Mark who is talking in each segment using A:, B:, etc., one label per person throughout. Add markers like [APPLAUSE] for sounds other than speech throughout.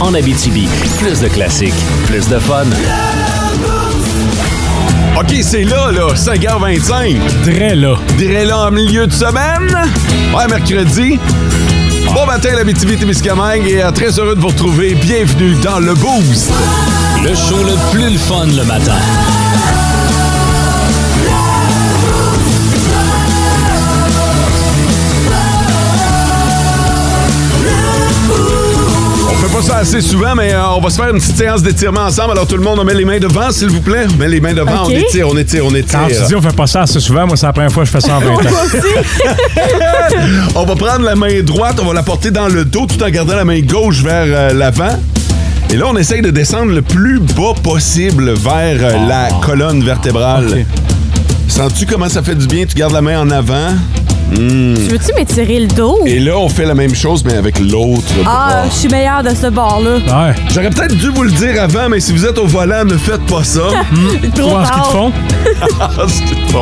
A: en Abitibi. Plus de classiques, plus de fun.
B: OK, c'est là, là, 5h25.
C: Très là.
B: Dirais là en milieu de semaine. Ouais, mercredi. Bon matin, la BTV Témiscamingue, et euh, très heureux de vous retrouver. Bienvenue dans le Boost.
A: Le show le plus le fun le matin.
B: On fait pas ça assez souvent, mais euh, on va se faire une petite séance d'étirement ensemble. Alors, tout le monde, on met les mains devant, s'il vous plaît. On met les mains devant,
D: OK.
B: on étire, on étire, on étire.
C: Quand tu dis on fait pas ça assez souvent, moi c'est la première fois que je fais
D: [LAUGHS]
C: ça en 20 ans.
B: On va prendre la main droite, on va la porter dans le dos tout en gardant la main gauche vers euh, l'avant. Et là, on essaye de descendre le plus bas possible vers euh, la colonne vertébrale.
C: Ah. Ok.
B: Sens-tu comment ça fait du bien? Tu gardes la main en avant.
D: Tu veux-tu m'étirer le dos?
B: Et là, on fait la même chose, mais avec l'autre bras.
D: Ah, je suis meilleure de ce bord-là.
C: Ouais.
B: J'aurais peut-être dû vous le dire avant, mais si vous êtes au volant, ne faites pas
D: [LAUGHS]
B: ça.
C: Tu
D: Trop
C: vois ce qu'ils te
D: tard.
C: font?
B: Ah, c'est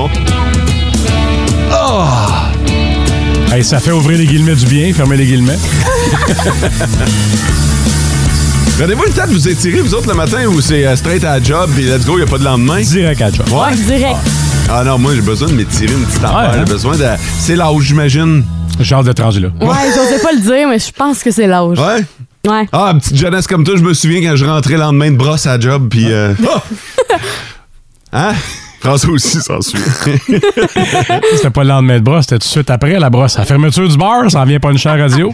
B: bon.
C: Hey, ça fait ouvrir les guillemets du bien, fermer les guillemets.
B: Prenez-vous le temps de vous étirer, vous autres, le matin, ou c'est euh, straight à la job, puis let's go, il a pas de lendemain?
C: Direct à job.
D: Ouais, direct.
B: Ah non, moi, j'ai besoin de m'étirer une petite affaire.
C: hein?
B: J'ai besoin de... C'est là où j'imagine.
C: J'ai hâte de trancher là.
D: Ouais, j'osais pas le dire, mais je pense que c'est l'âge.
B: Ah. Ouais?
D: Ouais.
B: Ah, petite jeunesse comme toi, je me souviens quand je rentrais le lendemain de brosse à job, puis... euh, oh! Hein? François aussi s'en souvient.
C: C'était pas le lendemain de brosse, c'était tout de suite après la brosse. La fermeture du bar, ça en vient pas une
D: [LAUGHS]
C: chère radio.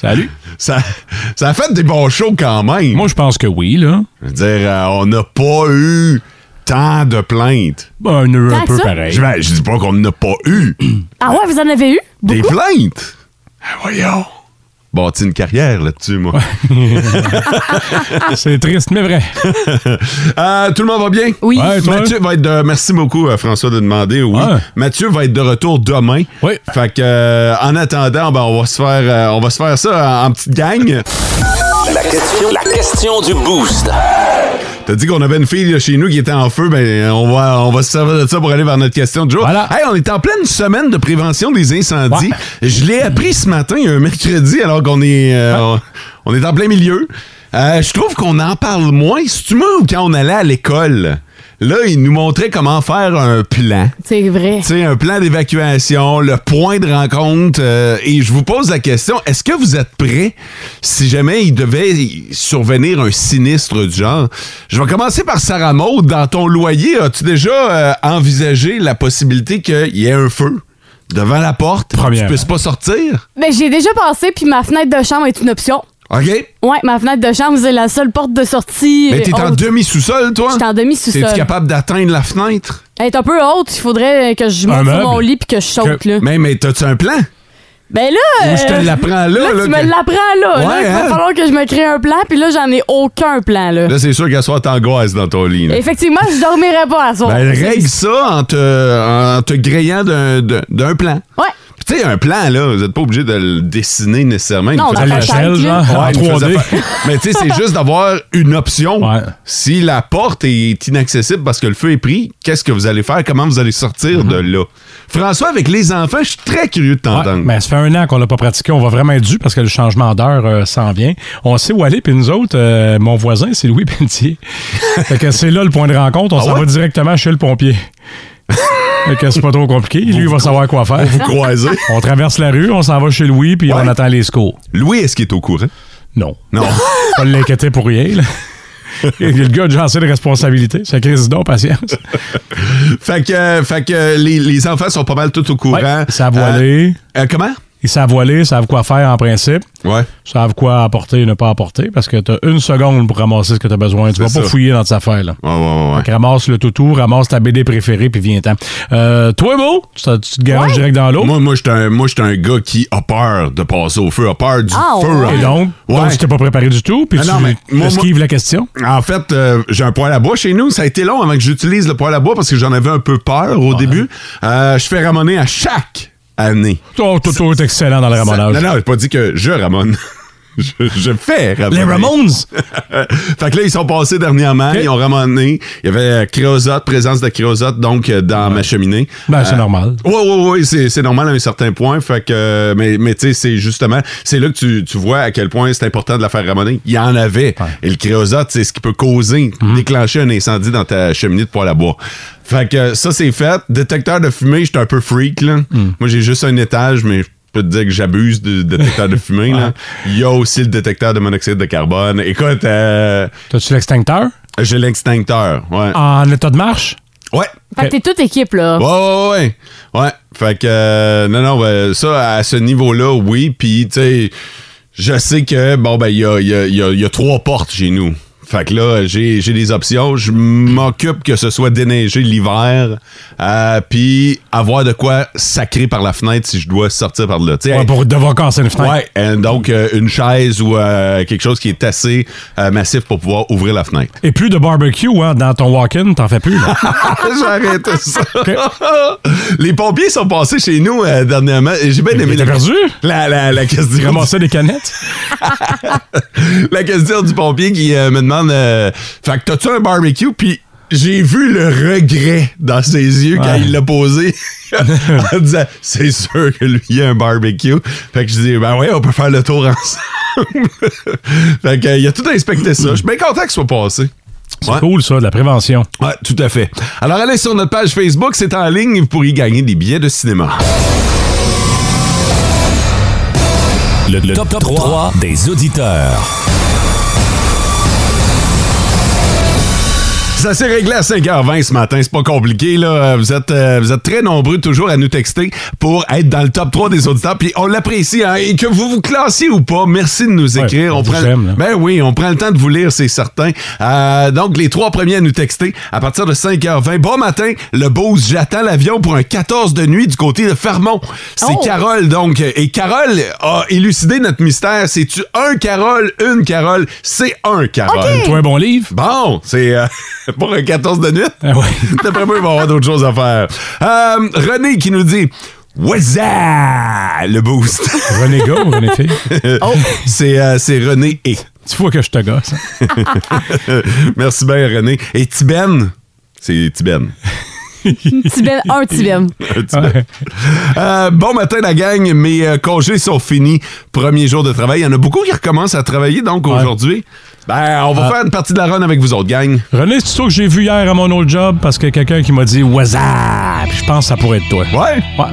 C: Salut.
B: [LAUGHS] ça, ça a fait des bons shows quand même.
C: Moi, je pense que oui, là.
B: Je veux dire, euh, on n'a pas eu tant de plaintes.
C: Ben, un heure
D: Tant
C: un
D: que
C: peu
D: ça?
C: pareil.
B: Je, ben, je dis pas qu'on n'a pas eu
D: Ah ouais, vous en avez eu?
B: des
D: Beaucoup?
B: plaintes. Ah, voyons. Bâti une carrière là-dessus, moi.
C: C'est triste, mais vrai.
B: Euh, tout le monde va bien?
D: Oui.
C: Ouais, toi?
B: Mathieu va être de... Merci beaucoup, euh, François, de demander. Oui.
C: Ouais.
B: Mathieu va être de retour demain.
C: Oui.
B: Fait que, euh, en attendant, ben, on, va se faire, euh, on va se faire ça en, en petite gang.
A: La question, la question du boost.
B: T'as dit qu'on avait une fille là, chez nous qui était en feu. Ben, on va, on va se servir de ça pour aller vers notre question de jour.
C: Voilà.
B: Hey, on est en pleine semaine de prévention des incendies. Je l'ai appris ce matin, un mercredi, alors qu'on est, euh, on on est en plein milieu. Euh, je trouve qu'on en parle moins. C'est-tu moi ou quand on allait à l'école? Là, ils nous montraient comment faire un plan.
D: C'est vrai.
B: Tu sais, un plan d'évacuation, le point de rencontre. euh, et je vous pose la question, est-ce que vous êtes prêts si jamais il devait y survenir un sinistre du genre? Je vais commencer par Sarah Maud. Dans ton loyer, as-tu déjà euh, envisagé la possibilité qu'il y ait un feu devant la porte? Tu
C: Premièrement.
B: puisses pas sortir?
D: Ben, j'ai déjà passé, puis ma fenêtre de chambre est une option.
B: OK?
D: Ouais, ma fenêtre de chambre, c'est la seule porte de sortie.
B: Mais t'es en
D: haute.
B: demi-sous-sol, toi?
D: J'étais en demi-sous-sol.
B: T'es-tu capable d'atteindre la fenêtre?
D: Elle est un peu haute, il faudrait que je monte sur
C: meuble?
D: mon lit puis que je saute,
C: Que-
D: là.
B: Mais, mais t'as-tu un plan?
D: Ben là.
B: Ou je te
D: euh,
B: l'apprends là?
D: Là, tu me
B: que-
D: l'apprends, là.
B: Ouais,
D: là il va
B: hein?
D: falloir que je me crée un plan, puis là, j'en ai aucun plan, là.
B: Là, c'est sûr qu'elle soit t'angoisse dans ton lit. là.
D: Effectivement, je dormirais pas à soir.
B: Ben, règle ça en te, en te gréant d'un- d'un d'un plan.
D: Ouais.
B: Puis, Tu sais, un plan, là, vous n'êtes pas obligé de le dessiner nécessairement. Il
D: Non,
B: nous
D: on
B: faisait
D: a
C: À
D: fait
C: l'échelle,
D: cinq, là.
C: genre, en
B: Ouais, il nous
C: 3D.
B: faisait faire- Mais tu sais, c'est juste d'avoir une option.
C: Ouais.
B: Si la porte est inaccessible parce que le feu est pris, qu'est-ce que vous allez faire? Comment vous allez
C: Mm-hmm.
B: sortir de là? François, avec les enfants, je suis très curieux de
C: Ouais,
B: t'entendre.
C: ben, ça fait un an qu'on l'a pas pratiqué. On va vraiment être dû parce que le changement d'heure euh, s'en vient. On sait où aller, puis nous autres, euh, mon voisin, c'est Louis Pelletier. [LAUGHS] fait que c'est là le point de rencontre. On s'en
B: Ah ouais?
C: va directement chez le pompier. fait que c'est pas trop compliqué. Lui, il va savoir quoi faire.
B: Vous croisez.
C: On traverse la rue, on s'en va chez Louis, puis
B: Ouais.
C: on attend les secours.
B: Louis, est-ce qu'il est au courant?
C: Non.
B: Non.
C: [LAUGHS] Pas l'inquiéter pour rien, là.
B: [LAUGHS]
C: le gars a déjà assez de responsabilité. Ça crise donc, patience.
B: fait que, euh, fait que euh, les, les enfants sont pas mal tous au courant.
C: Ouais, ils savent où
B: Euh,
C: aller.
B: euh, comment?
C: Ils savent où aller, ils savent quoi faire en principe.
B: Ouais.
C: savent quoi apporter et ne pas apporter parce que t'as une seconde pour ramasser ce que t'as besoin. Tu vas
B: C'est
C: pas
B: ça.
C: fouiller dans tes affaires. Là.
B: Ouais, ouais, ouais. ouais.
C: Fait que ramasse le toutou, ramasse ta BD préférée, puis viens-t'en. Euh, toi, Mo, tu, te- tu te garages direct dans l'eau.
B: Moi, moi, j'étais un, moi, j'étais un gars qui a peur de passer au feu, a peur du
D: Ah,
B: feu. hein.
D: ouais.
C: Et donc,
B: Ouais.
C: donc, tu t'es pas préparé du tout, puis
B: Ah
C: tu
B: non, mais moi,
C: esquives la question.
B: En fait, euh, j'ai un poêle à bois chez nous. Ça a été long avant que j'utilise le poêle à bois parce que j'en avais un peu peur au début. Euh, je fais ramoner à chaque année.
C: Oh, Toi, toi, toi, t'es excellent dans le
B: Ça-
C: ramonage.
B: non, non, j'ai pas dit que je ramone. [LAUGHS] je, je fais ramener.
C: Les Ramones!
B: [LAUGHS] fait que là, ils sont passés dernièrement,
C: Ok.
B: ils ont ramené. Il y avait euh, Créosote, présence de Créosote, donc euh, dans ma cheminée. Euh,
C: Ben, c'est normal.
B: Oui, oui, oui, c'est c'est normal à un certain point. Fait que, euh, mais, mais tu sais, c'est justement, c'est là que tu, tu vois à quel point c'est important de la faire ramener. Il y en avait. Et le créosote, c'est ce qui peut causer, déclencher un incendie dans ta cheminée de poêle à bois. Fait que euh, ça, c'est fait. Détecteur de fumée, j'étais un peu freak, là. Moi, j'ai juste un étage, mais je peux te dire que j'abuse du détecteur de fumée, là. Il y a aussi le détecteur de monoxyde de carbone. Écoute, euh,
C: T'as-tu l'extincteur?
B: j'ai l'extincteur, ouais.
C: En état de marche?
B: Ouais,
D: Fait que t'es toute équipe, là.
B: Ouais, ouais, ouais. Ouais. Fait que, euh, non, non, ben, ça, à ce niveau-là, oui. Puis, tu sais, je sais que, bon, ben, il y a, il y a- il y a- il y a trois portes chez nous. Fait que là, j'ai j'ai des options. Je m'occupe que ce soit déneigé l'hiver, euh, puis avoir de quoi sacrer par la fenêtre si je dois sortir par là. Tu sais,
C: Ouais, pour devoir casser une fenêtre.
B: Ouais, euh, donc euh, une chaise ou euh, quelque chose qui est assez euh, massif pour pouvoir ouvrir la fenêtre.
C: Et plus de barbecue hein, dans ton walk-in, t'en fais plus. Là.
B: [LAUGHS] Ah, J'ai arrêté ça. Les pompiers sont passés chez nous euh, dernièrement. et J'ai bien aimé
C: T'as
B: la,
C: perdu?
B: la, la, la question.
C: Ramasser des canettes?
B: [LAUGHS] La question du pompier qui euh, me demande euh, Fait que t'as-tu un barbecue? Puis j'ai vu le regret dans ses yeux quand
C: Ouais.
B: il l'a
C: [LAUGHS]
B: posé en disant C'est sûr que lui, il a un barbecue. Fait que je dis Ben ouais, on peut faire le tour ensemble. [LAUGHS] fait que, euh, il a tout inspecté ça. Je suis bien content que ce soit passé.
C: C'est
B: Ouais.
C: cool, ça, de la prévention.
B: Ouais, tout à fait. Alors allez sur notre page Facebook, c'est en ligne, vous pourrez gagner des billets de cinéma.
A: Le, le top, 3, des auditeurs.
B: Ça s'est réglé à 5h20 ce matin, c'est pas compliqué là. Vous êtes, euh, vous êtes très nombreux toujours à nous texter pour être dans le top 3 des auditeurs, puis on l'apprécie hein, et que vous vous classiez ou pas, merci de nous
C: Ouais,
B: écrire.
C: on
B: on
C: vous
B: prend,
C: aime, là.
B: ben oui, on prend le temps de vous lire, c'est certain. Euh, donc les trois premiers à nous texter à partir de 5h20. Bon matin, le Beauce, j'attends l'avion pour un 14 de nuit du côté de Fermont. C'est
D: Oh!
B: Carole donc et Carole a élucidé notre mystère. C'est tu un Carole, une Carole, c'est un Carole.
C: Toi, un bon livre?
B: Bon, c'est euh, [LAUGHS] pour un 14 de nuit.
C: Ah ouais.
B: [LAUGHS] D'après moi, il va y avoir d'autres choses à faire. Euh, René qui nous dit What's up? Le boost. [LAUGHS]
C: René Go, René Fille.
D: Oh,
B: c'est euh, c'est René et. [LAUGHS]
C: Tu vois que je te gosse. hein?
B: Merci bien, René. Et Tiben. C'est Tiben. [LAUGHS]
D: Tibem, un Tibem.
B: Tiben. Euh, bon matin, la gang. Mes euh, congés sont finis. Premier jour de travail. Il y en a beaucoup qui recommencent à travailler, donc, aujourd'hui. Ben, on va faire une partie de la run avec vous autres, gang.
C: René, c'est toi que j'ai vu hier à mon autre job parce que quelqu'un qui m'a dit Waza! Puis je pense que ça pourrait être toi.
B: Ouais.
C: Ouais.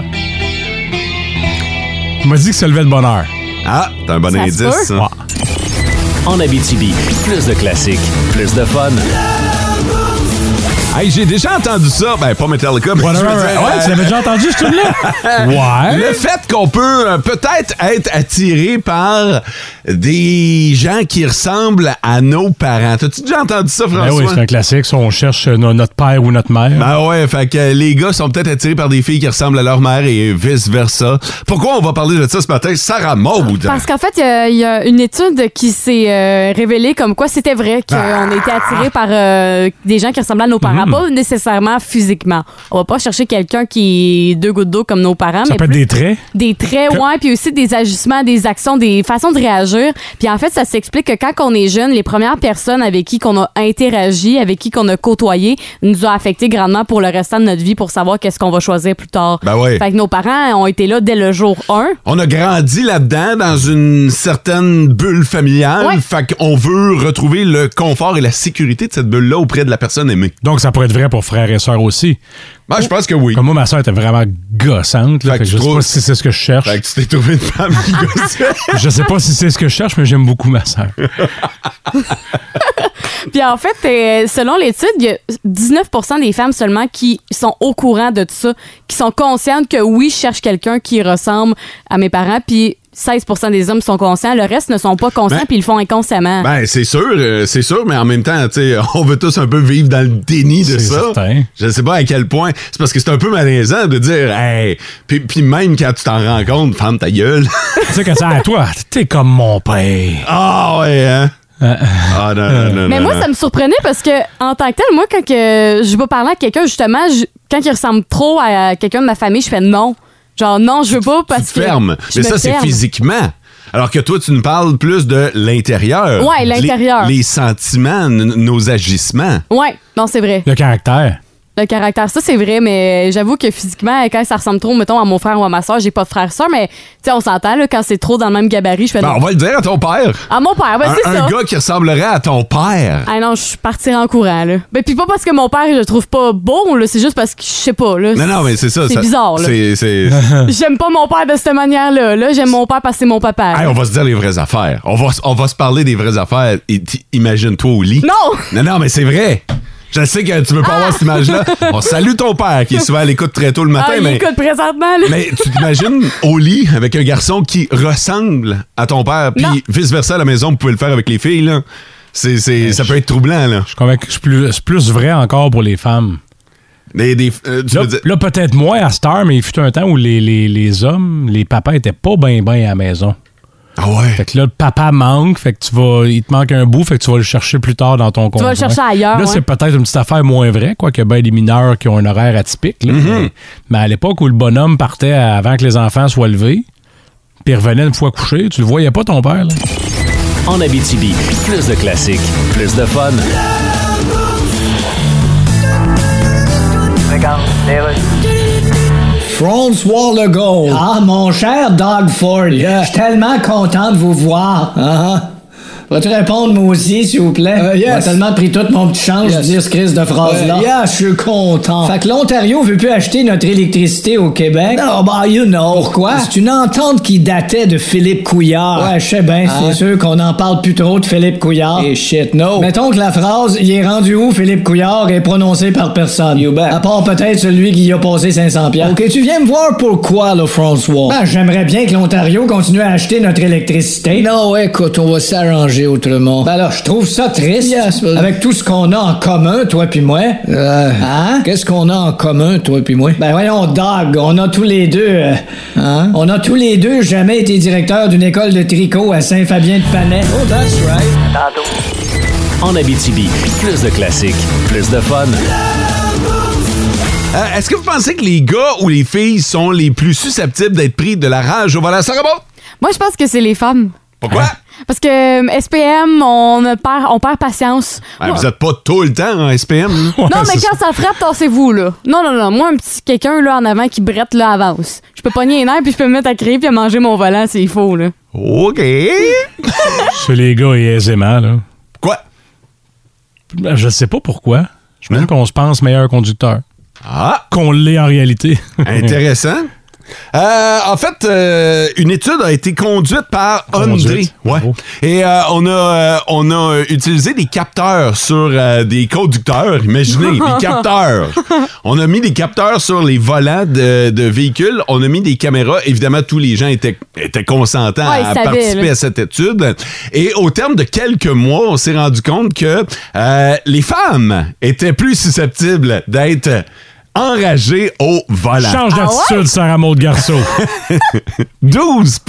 C: Il m'a dit que ça levait de bonne heure.
B: Ah, t'as un bon
D: Ça se peut.
B: indice. ça.
C: Ouais.
A: En Abitibi, plus de classiques, plus de fun.
B: Hey, j'ai déjà entendu ça. Ben, pas Metallica, mais
C: Ouais,
B: je veux dire,
C: ouais,
B: euh,
C: tu l'avais déjà Hein? entendu, ce truc-là?
B: [LAUGHS] le
C: Ouais.
B: fait qu'on peut euh, peut-être être attiré par des gens qui ressemblent à nos parents. T'as-tu déjà entendu ça, François?
C: Ben oui, c'est un classique. ça, on cherche euh, no- notre père ou notre mère.
B: Ben ouais, fait que euh, les gars sont peut-être attirés par des filles qui ressemblent à leur mère et vice-versa. Pourquoi on va parler de ça ce matin? Sarah Maud.
D: Parce qu'en fait, il y a- il y, a une étude qui s'est euh, révélée comme quoi c'était vrai qu'on
C: Ah.
D: était attiré par euh, des gens qui ressemblaient à
C: Mm.
D: nos parents, pas nécessairement physiquement. On va pas chercher quelqu'un qui est deux gouttes d'eau comme nos parents,
C: ça
D: mais
C: peut être
D: plus
C: des traits.
D: des traits,
C: Que-
D: ouais, puis aussi des agissements, des actions, des façons de réagir. Puis en fait, ça s'explique que quand on est jeune, les premières personnes avec qui qu'on a interagi, avec qui qu'on a côtoyé, nous ont affecté grandement pour le restant de notre vie pour savoir qu'est-ce qu'on va choisir plus tard.
B: Ben ouais.
D: Fait que nos parents ont été là dès le jour 1.
B: On a grandi là-dedans dans une certaine bulle familiale.
D: Ouais.
B: Fait qu'on veut retrouver le confort et la sécurité de cette bulle-là auprès de la personne aimée.
C: Donc, ça pourrait être vrai pour frères et sœurs aussi.
B: Ben, je pense que oui.
C: Comme moi, ma sœur était vraiment gossante. Là,
B: Fait que
C: fait que
B: tu
C: je sais
B: trouves-
C: pas si c'est ce que je cherche.
B: Fait que tu t'es trouvé une femme
D: [LAUGHS]
B: qui gossait.
C: Je sais pas si c'est ce que je cherche, mais j'aime beaucoup ma
B: [LAUGHS]
C: sœur.
D: Puis en fait, euh, selon l'étude, il y a 19 des femmes seulement qui sont au courant de tout ça, qui sont conscientes que oui, je cherche quelqu'un qui ressemble à mes parents, puis 16 des hommes sont conscients, le reste ne sont pas conscients,
B: Ben-
D: puis ils le font inconsciemment.
B: Ben, c'est sûr, euh, c'est sûr, mais en même temps, tu sais, on veut tous un peu vivre dans le déni de
C: C'est
B: ça.
C: certain.
B: Je sais pas à quel point. C'est parce que c'est un peu malaisant de dire, hey, puis, puis même quand tu t'en rends compte, ferme ta gueule. [LAUGHS]
C: tu sais, quand ça à toi, t'es comme mon père.
B: Ah ouais, hein?
C: Euh.
B: Ah non, non, non.
D: Mais
B: non,
D: moi,
B: non.
D: ça me surprenait parce que, en tant que tel, moi, quand que je vais parler à quelqu'un, justement, je- quand il ressemble trop à quelqu'un de ma famille, je fais non. Genre, non, je veux pas parce que.
B: ferme.
D: je
B: Mais
D: me
B: ça, c'est
D: ferme.
B: physiquement. Alors que toi, tu nous parles plus de l'intérieur.
D: Ouais,
B: Les-
D: l'intérieur.
B: Les, sentiments, n- nos agissements.
D: Ouais, non, c'est vrai.
C: Le caractère.
D: Le caractère, ça c'est vrai, mais j'avoue que physiquement, quand ça ressemble trop, mettons, à mon frère ou à ma soeur, j'ai pas de frère-soeur, mais tu sais, on s'entend, là, quand c'est trop dans le même gabarit, je fais.
B: Ben, on va le dire à ton père.
D: À mon père, ben,
B: un
D: c'est
B: un
D: ça.
B: gars qui ressemblerait à ton père.
D: Ah non, je suis partir en courant, là. Ben, puis pas parce que mon père, je le trouve pas beau, là, c'est juste parce que je sais pas, là.
B: Non, non, mais c'est ça.
D: C'est
B: ça-
D: bizarre, là.
B: C'est,
D: [LAUGHS]
B: c'est-
D: J'aime pas mon père de cette manière-là, là. J'aime mon père parce que c'est mon papa.
B: Hey, on va se dire les vraies affaires. On va, s- on va se parler des vraies affaires. Et t- Imagine-toi au lit.
D: Non! Ah!
B: Non, non, mais c'est vrai. Je sais que tu peux pas avoir cette
D: [LAUGHS]
B: image-là. On salue ton père qui est souvent à l'écoute très tôt le matin,
D: Ah, il
B: mais,
D: écoute présentement, là.
B: mais tu t'imagines au lit avec un garçon qui ressemble à ton père,
D: Non.
B: puis vice-versa à la maison, vous pouvez le faire avec les filles. Là. C'est, c'est-
C: Euh,
B: ça peut être troublant. Là.
C: Je suis convaincu que c'est plus, c'est plus vrai encore pour les femmes.
B: Des, des, euh, tu
C: Là,
B: veux dire-
C: là, peut-être moins à Star, mais il fut un temps où les, les, les hommes, les papas étaient pas bien bien à la maison.
B: Ah ouais.
C: Fait que là, le papa manque, fait que tu vas, il te manque un bout, fait que tu vas le chercher plus tard dans ton compte.
D: vas le chercher ailleurs,
C: Là,
D: ouais.
C: c'est peut-être une petite affaire moins vraie, quoi, que ben des mineurs qui ont un horaire atypique. là.
B: Mm-hmm.
C: mais, mais à l'époque où le bonhomme partait avant que les enfants soient levés, puis il revenait une fois couché, tu le voyais pas ton père. Là.
A: En Abitibi, plus de classiques, plus de fun.
E: François Legault. Ah, mon cher Doug Ford. Je suis tellement content de vous voir. Vas-tu répondre, moi aussi, s'il vous plaît?
F: Uh,
E: J'ai tellement pris toute mon petit change de dire ce crise de phrase-là. je suis content. Fait que l'Ontario veut plus acheter notre électricité au Québec. Non, bah, you know. Pourquoi? C'est une entente qui datait de Philippe Couillard. Ouais, je sais bien, c'est sûr qu'on en parle plus trop de Philippe Couillard. Et Eh, shit, no. Mettons que la phrase « Il est rendu où, Philippe Couillard » est prononcée par personne. À part peut-être celui qui y a passé 500 piastres. OK, tu viens me voir pourquoi, là, François? Ben, j'aimerais bien que l'Ontario continue à acheter notre électricité. Non, écoute, on va s'arranger autrement. Ben alors, je trouve ça triste. avec tout ce qu'on a en commun, toi puis moi. hein? Qu'est-ce qu'on a en commun, toi puis moi? Ben voyons, Dog, on a tous les deux... euh, On a tous les deux jamais été directeur d'une école de tricot à Saint-Fabien-de-Panay. Oh, that's right.
A: En Abitibi, plus de classiques, plus de fun.
B: Euh, est-ce que vous pensez que les gars ou les filles sont les plus susceptibles d'être pris de la rage au volant? Ça remonte?
D: Moi, je pense que c'est les femmes.
B: Pourquoi?
D: Parce que euh, SPM, on ne perd, on perd patience.
B: Ben,
D: Moi-
B: vous êtes pas tout le temps en SPM. hein?
D: non,
C: [LAUGHS] Ouais,
D: mais
C: c'est
D: quand ça frappe, tassez-vous, là. Non, non, non. Moi, un petit quelqu'un, là, en avant qui brette, là, avance. Je peux pogner les nerfs, puis je peux me mettre à crier, puis à manger mon volant s'il faut, là.
B: [LAUGHS] OK.
C: Chez les gars et aisément, là.
B: Quoi?
C: Ben, Je sais pas pourquoi. Je
B: Hein?
C: pense qu'on se pense meilleur conducteur.
B: Ah!
C: Qu'on l'est en réalité. [LAUGHS]
B: Intéressant. Euh, en fait, euh, une étude a été conduite par Hyundai.
C: Conduite.
B: Ouais.
C: Bravo.
B: Et euh, on, a, euh, on a euh, utilisé des capteurs sur euh, des conducteurs. Imaginez, [LAUGHS] des capteurs. On a mis des capteurs sur les volants de, de véhicules. On a mis des caméras. Évidemment, tous les gens étaient, étaient consentants
D: Ouais, ils
B: à
D: savaient,
B: participer
D: là.
B: à cette étude. Et au terme de quelques mois, on s'est rendu compte que euh, les femmes étaient plus susceptibles d'être enragées au volant.
C: Change
D: Ah
C: d'attitude, Sarah Maud [LAUGHS] Garceau.
B: 12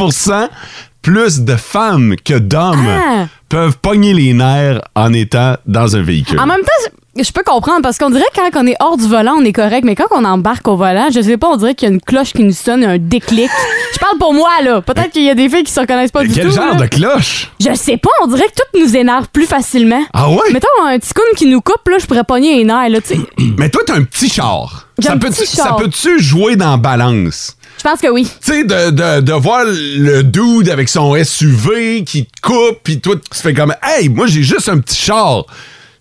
B: plus de femmes que d'hommes
D: Ah!
B: peuvent pogner les nerfs en étant dans un véhicule.
D: En même temps, je- je peux comprendre, parce qu'on dirait que quand on est hors du volant, on est correct, mais quand on embarque au volant, je sais pas, on dirait qu'il y a une cloche qui nous sonne, un
B: [LAUGHS]
D: déclic. je parle pour moi, là. Peut-être qu'il y a des filles qui se reconnaissent pas du
B: Quel
D: tout.
B: genre de
D: là.
B: cloche?
D: Je sais pas, on dirait que tout nous énerve plus facilement.
B: Ah ouais? Mais,
D: Mettons un petit coon qui nous coupe, là, je pourrais pogner les nerfs, là, tu sais.
B: toi, t'as un petit char.
D: J'ai
B: Ça
D: un
B: peut-
D: petit
B: ça
D: char.
B: peut-tu jouer dans balance?
D: Je pense que oui.
B: Tu sais, de, de, de voir le dude avec son SUV qui te coupe, puis toi, tu fais comme « Hey, moi, j'ai juste un petit char.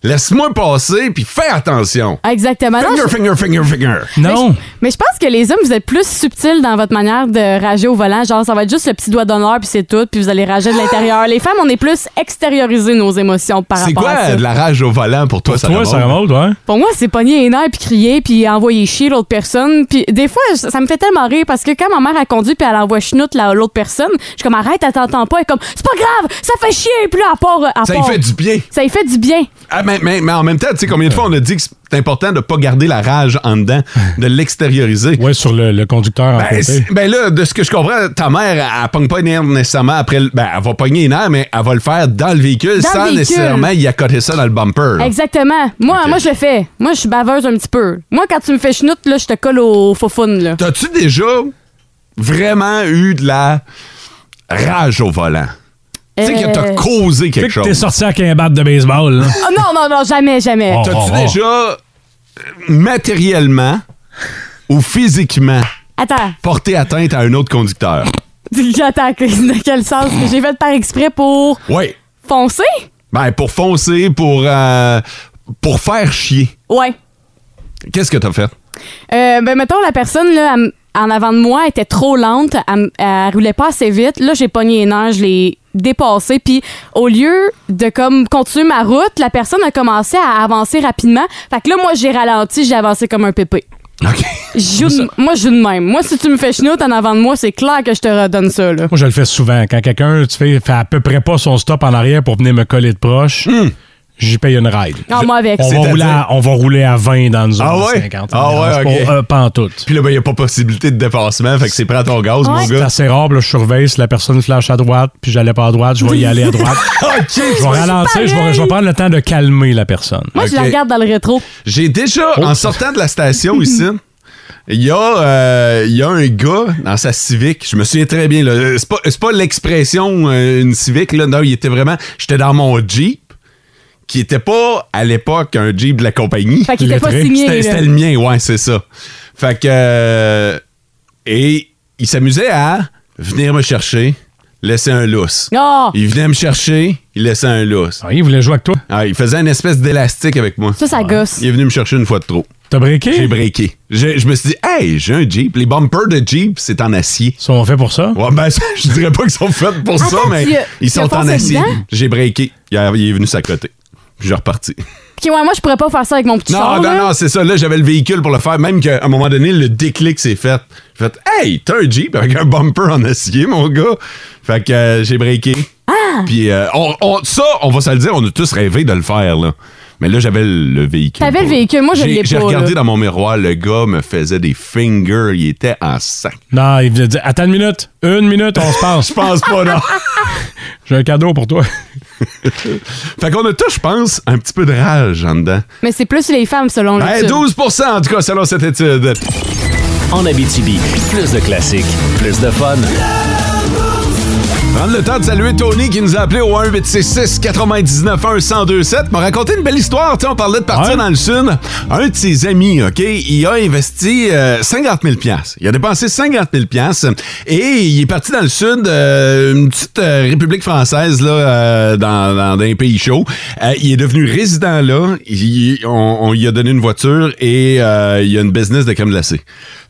B: Laisse-moi passer, puis fais attention.
D: Ah, Exactement. Non,
B: Finger,
D: je-
B: finger, finger, finger.
C: Non.
D: mais je pense que les hommes, vous êtes plus subtils dans votre manière de rager au volant. Genre, ça va être juste le petit doigt d'honneur, puis c'est tout, puis vous allez rager de l'intérieur. Les femmes, on est plus extériorisé nos émotions par
B: C'est
D: rapport à
B: quoi
D: ça.
B: de la rage au volant pour toi,
C: Toi,
B: Sarah
C: Sarah
B: Maud?
C: Maud, ouais.
D: Pour moi, c'est pogner les nerfs, puis crier, puis envoyer chier l'autre personne. Puis des fois, je- ça me fait tellement rire, parce que quand ma mère a conduit, puis elle envoie chenoute la- l'autre personne, je suis comme « Arrête, elle t'entend pas. » Elle est comme « C'est pas grave, ça fait chier. » Puis là, à part... à
B: Ça y
D: part-
B: fait du bien.
D: Ça y fait du bien.
B: Ah, mais, mais- mais en même temps, tu sais, combien de fois on a dit que c'est important de pas garder la rage en
C: [LAUGHS]
B: dedans, de l'extérioriser.
C: Ouais, sur le, le conducteur en
B: Ben,
C: côté.
B: c'est- ben là, de ce que je comprends, ta mère, elle, elle pogne pas une nerf nécessairement après. le- Ben, elle va pogner une nerf, mais elle va le faire dans le véhicule
D: Dans le
B: sans
D: véhicule.
B: nécessairement y accoter ça dans le bumper. là.
D: Exactement. Moi, moi, je le fais. Moi, je suis baveuse un petit peu. Moi, quand tu me fais chenoute, là, je te colle au faufoune, là.
B: T'as-tu déjà vraiment eu de la. Rage au volant. Tu sais que t'as
D: Euh,
B: causé quelque
C: Fait que t'es
B: chose.
C: sorti avec un bat de baseball. là.
D: Ah, non, non, non, jamais, jamais.
C: Oh.
B: T'as-tu déjà euh, matériellement ou physiquement
D: Attends, [LAUGHS]
B: porté atteinte à un autre conducteur?
D: attends, que- dans quel sens? J'ai fait par exprès pour
B: Oui.
D: foncer?
B: Ben, pour foncer, pour, euh, pour faire chier.
D: Ouais.
B: Qu'est-ce que t'as fait?
D: Euh, ben, mettons, la personne, là, elle m- en avant de moi, elle était trop lente. Elle, m- elle roulait pas assez vite. Là, j'ai pogné les nerfs, je l'ai dépassée. Puis, au lieu de, comme, continuer ma route, la personne a commencé à avancer rapidement. Fait que là, moi, j'ai ralenti, j'ai avancé comme un pépé.
B: OK.
D: Je joue de- moi, je joue de même. Moi, si tu me fais chenoute en avant de moi, c'est clair que je te redonne ça, là.
C: Moi, je le fais souvent. Quand quelqu'un tu fais, fait à peu près pas son stop en arrière pour venir me coller de proche, j'y paye une ride.
D: Ah, moi avec.
C: On va,
B: C'est-à-dire?
C: rouler à, on va rouler à 20 dans une zone
B: Ah
C: de
B: ouais?
C: 50.
B: Ah
C: On
B: ouais,
C: dérange
B: ok.
C: pas, euh, pas en tout.
B: [LAUGHS] Puis là, ben, il n'y a pas possibilité de dépassement, fait que c'est prêt à ton gaz, mon
D: Ouais.
C: C'est
B: gars.
C: assez rare, puis là, je surveille si la personne flash à droite, puis j'allais pas à droite, je vais y aller à [LAUGHS] droite.
B: OK.
C: Je vais ralentir, je vais, je vais prendre le temps de calmer la personne.
D: Moi, je la
B: Ok.
D: regarde dans le rétro.
B: J'ai déjà, en sortant de la station ici, il y, a, euh, il y a un gars dans sa civique, je me souviens très bien, là, euh, c'est pas, c'est pas l'expression euh, une civique, là, non, il était vraiment, j'étais dans mon Jeep, qui était pas à l'époque un Jeep de la compagnie.
D: Fait qu'il était pas
C: Lettré.
D: signé,
B: C'était
D: là.
B: c'était le mien, ouais, c'est ça. Fait que. euh, et il s'amusait à venir me chercher, laisser un lousse.
D: Ah!
B: Il venait me chercher, il laissait un lousse.
C: Ah, il voulait jouer avec toi.
B: Ah, il faisait une espèce d'élastique avec moi.
D: Ça, ça gosse.
B: Il est venu me chercher une fois de trop.
C: T'as
B: J'ai
C: breaké?
B: breaké. Je, je me suis dit, hey, j'ai un Jeep. Les bumpers de Jeep, c'est en acier.
C: Ils sont faits pour ça?
B: Ouais, ben, [LAUGHS] ça, je dirais pas qu'ils sont faits pour ça,
D: Attends,
B: mais
D: tu as-
B: ils
D: tu as
B: sont en
D: foncé
B: acier.
D: dedans?
B: J'ai breaké. Il, a- il est venu s'accoter. Puis j'ai reparti.
D: Ok, ouais, moi, je pourrais pas faire ça avec mon petit
B: Non,
D: char,
B: non,
D: là.
B: non, c'est ça. Là, j'avais le véhicule pour le faire. Même qu'à un moment donné, le déclic s'est fait. J'ai fait, hey, t'as un Jeep avec un bumper en acier, mon gars. Fait que euh, j'ai breaké.
D: Ah!
B: Puis euh, on, on- ça, on va se le dire, on a tous rêvé de le faire, là. Mais là, j'avais le le véhicule.
D: T'avais le véhicule, moi, je
B: J'ai-
D: l'ai
B: J'ai
D: pas,
B: regardé
D: là.
B: dans mon miroir, le gars me faisait des fingers, il était en sac.
C: Non, il voulait dire, attends une minute, une minute,
B: [LAUGHS]
C: on se
B: Je
C: passe.
B: pense pas,
D: [LAUGHS]
B: non.
C: J'ai un cadeau pour toi. [LAUGHS]
B: fait qu'on a tous, je pense, un petit peu de rage en dedans.
D: Mais c'est plus les femmes, selon le
B: Ben,
D: tube.
B: 12 en tout cas, selon cette étude.
A: En Abitibi, plus de classiques, plus de fun.
B: Prendre le temps de saluer Tony qui nous a appelé au 1 866 99 1027 m'a raconté une belle histoire. Tu sais, on parlait de partir
C: Ouais.
B: dans le sud. Un de ses amis, OK, il a investi euh, 50 000 Il a dépensé 50 000 et il est parti dans le sud, euh, une petite euh, république française, là, euh, dans, dans, dans un pays chaud. Euh, il est devenu résident là. Il- on, on lui a donné une voiture et euh, il a une business de crème glacée.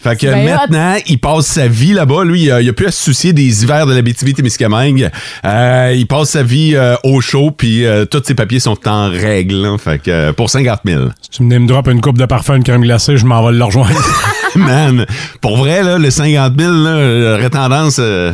B: Fait que
D: C'est bien hot.
B: maintenant, maintenant, Hein? il passe sa vie là-bas. Lui, il a, il a plus à se soucier des hivers de la Bétivité-Témiscamingue. Euh, il passe sa vie euh, au chaud, puis euh, tous ses papiers sont en règle. hein. fait que euh, pour 50 000.
D: [LAUGHS]
C: Si tu venais me drop une coupe de parfum, une crème glacée, je m'en vais
B: [LAUGHS]
C: le rejoindre.
B: Man, pour vrai, là, le 50 000, là, j'aurais tendance euh,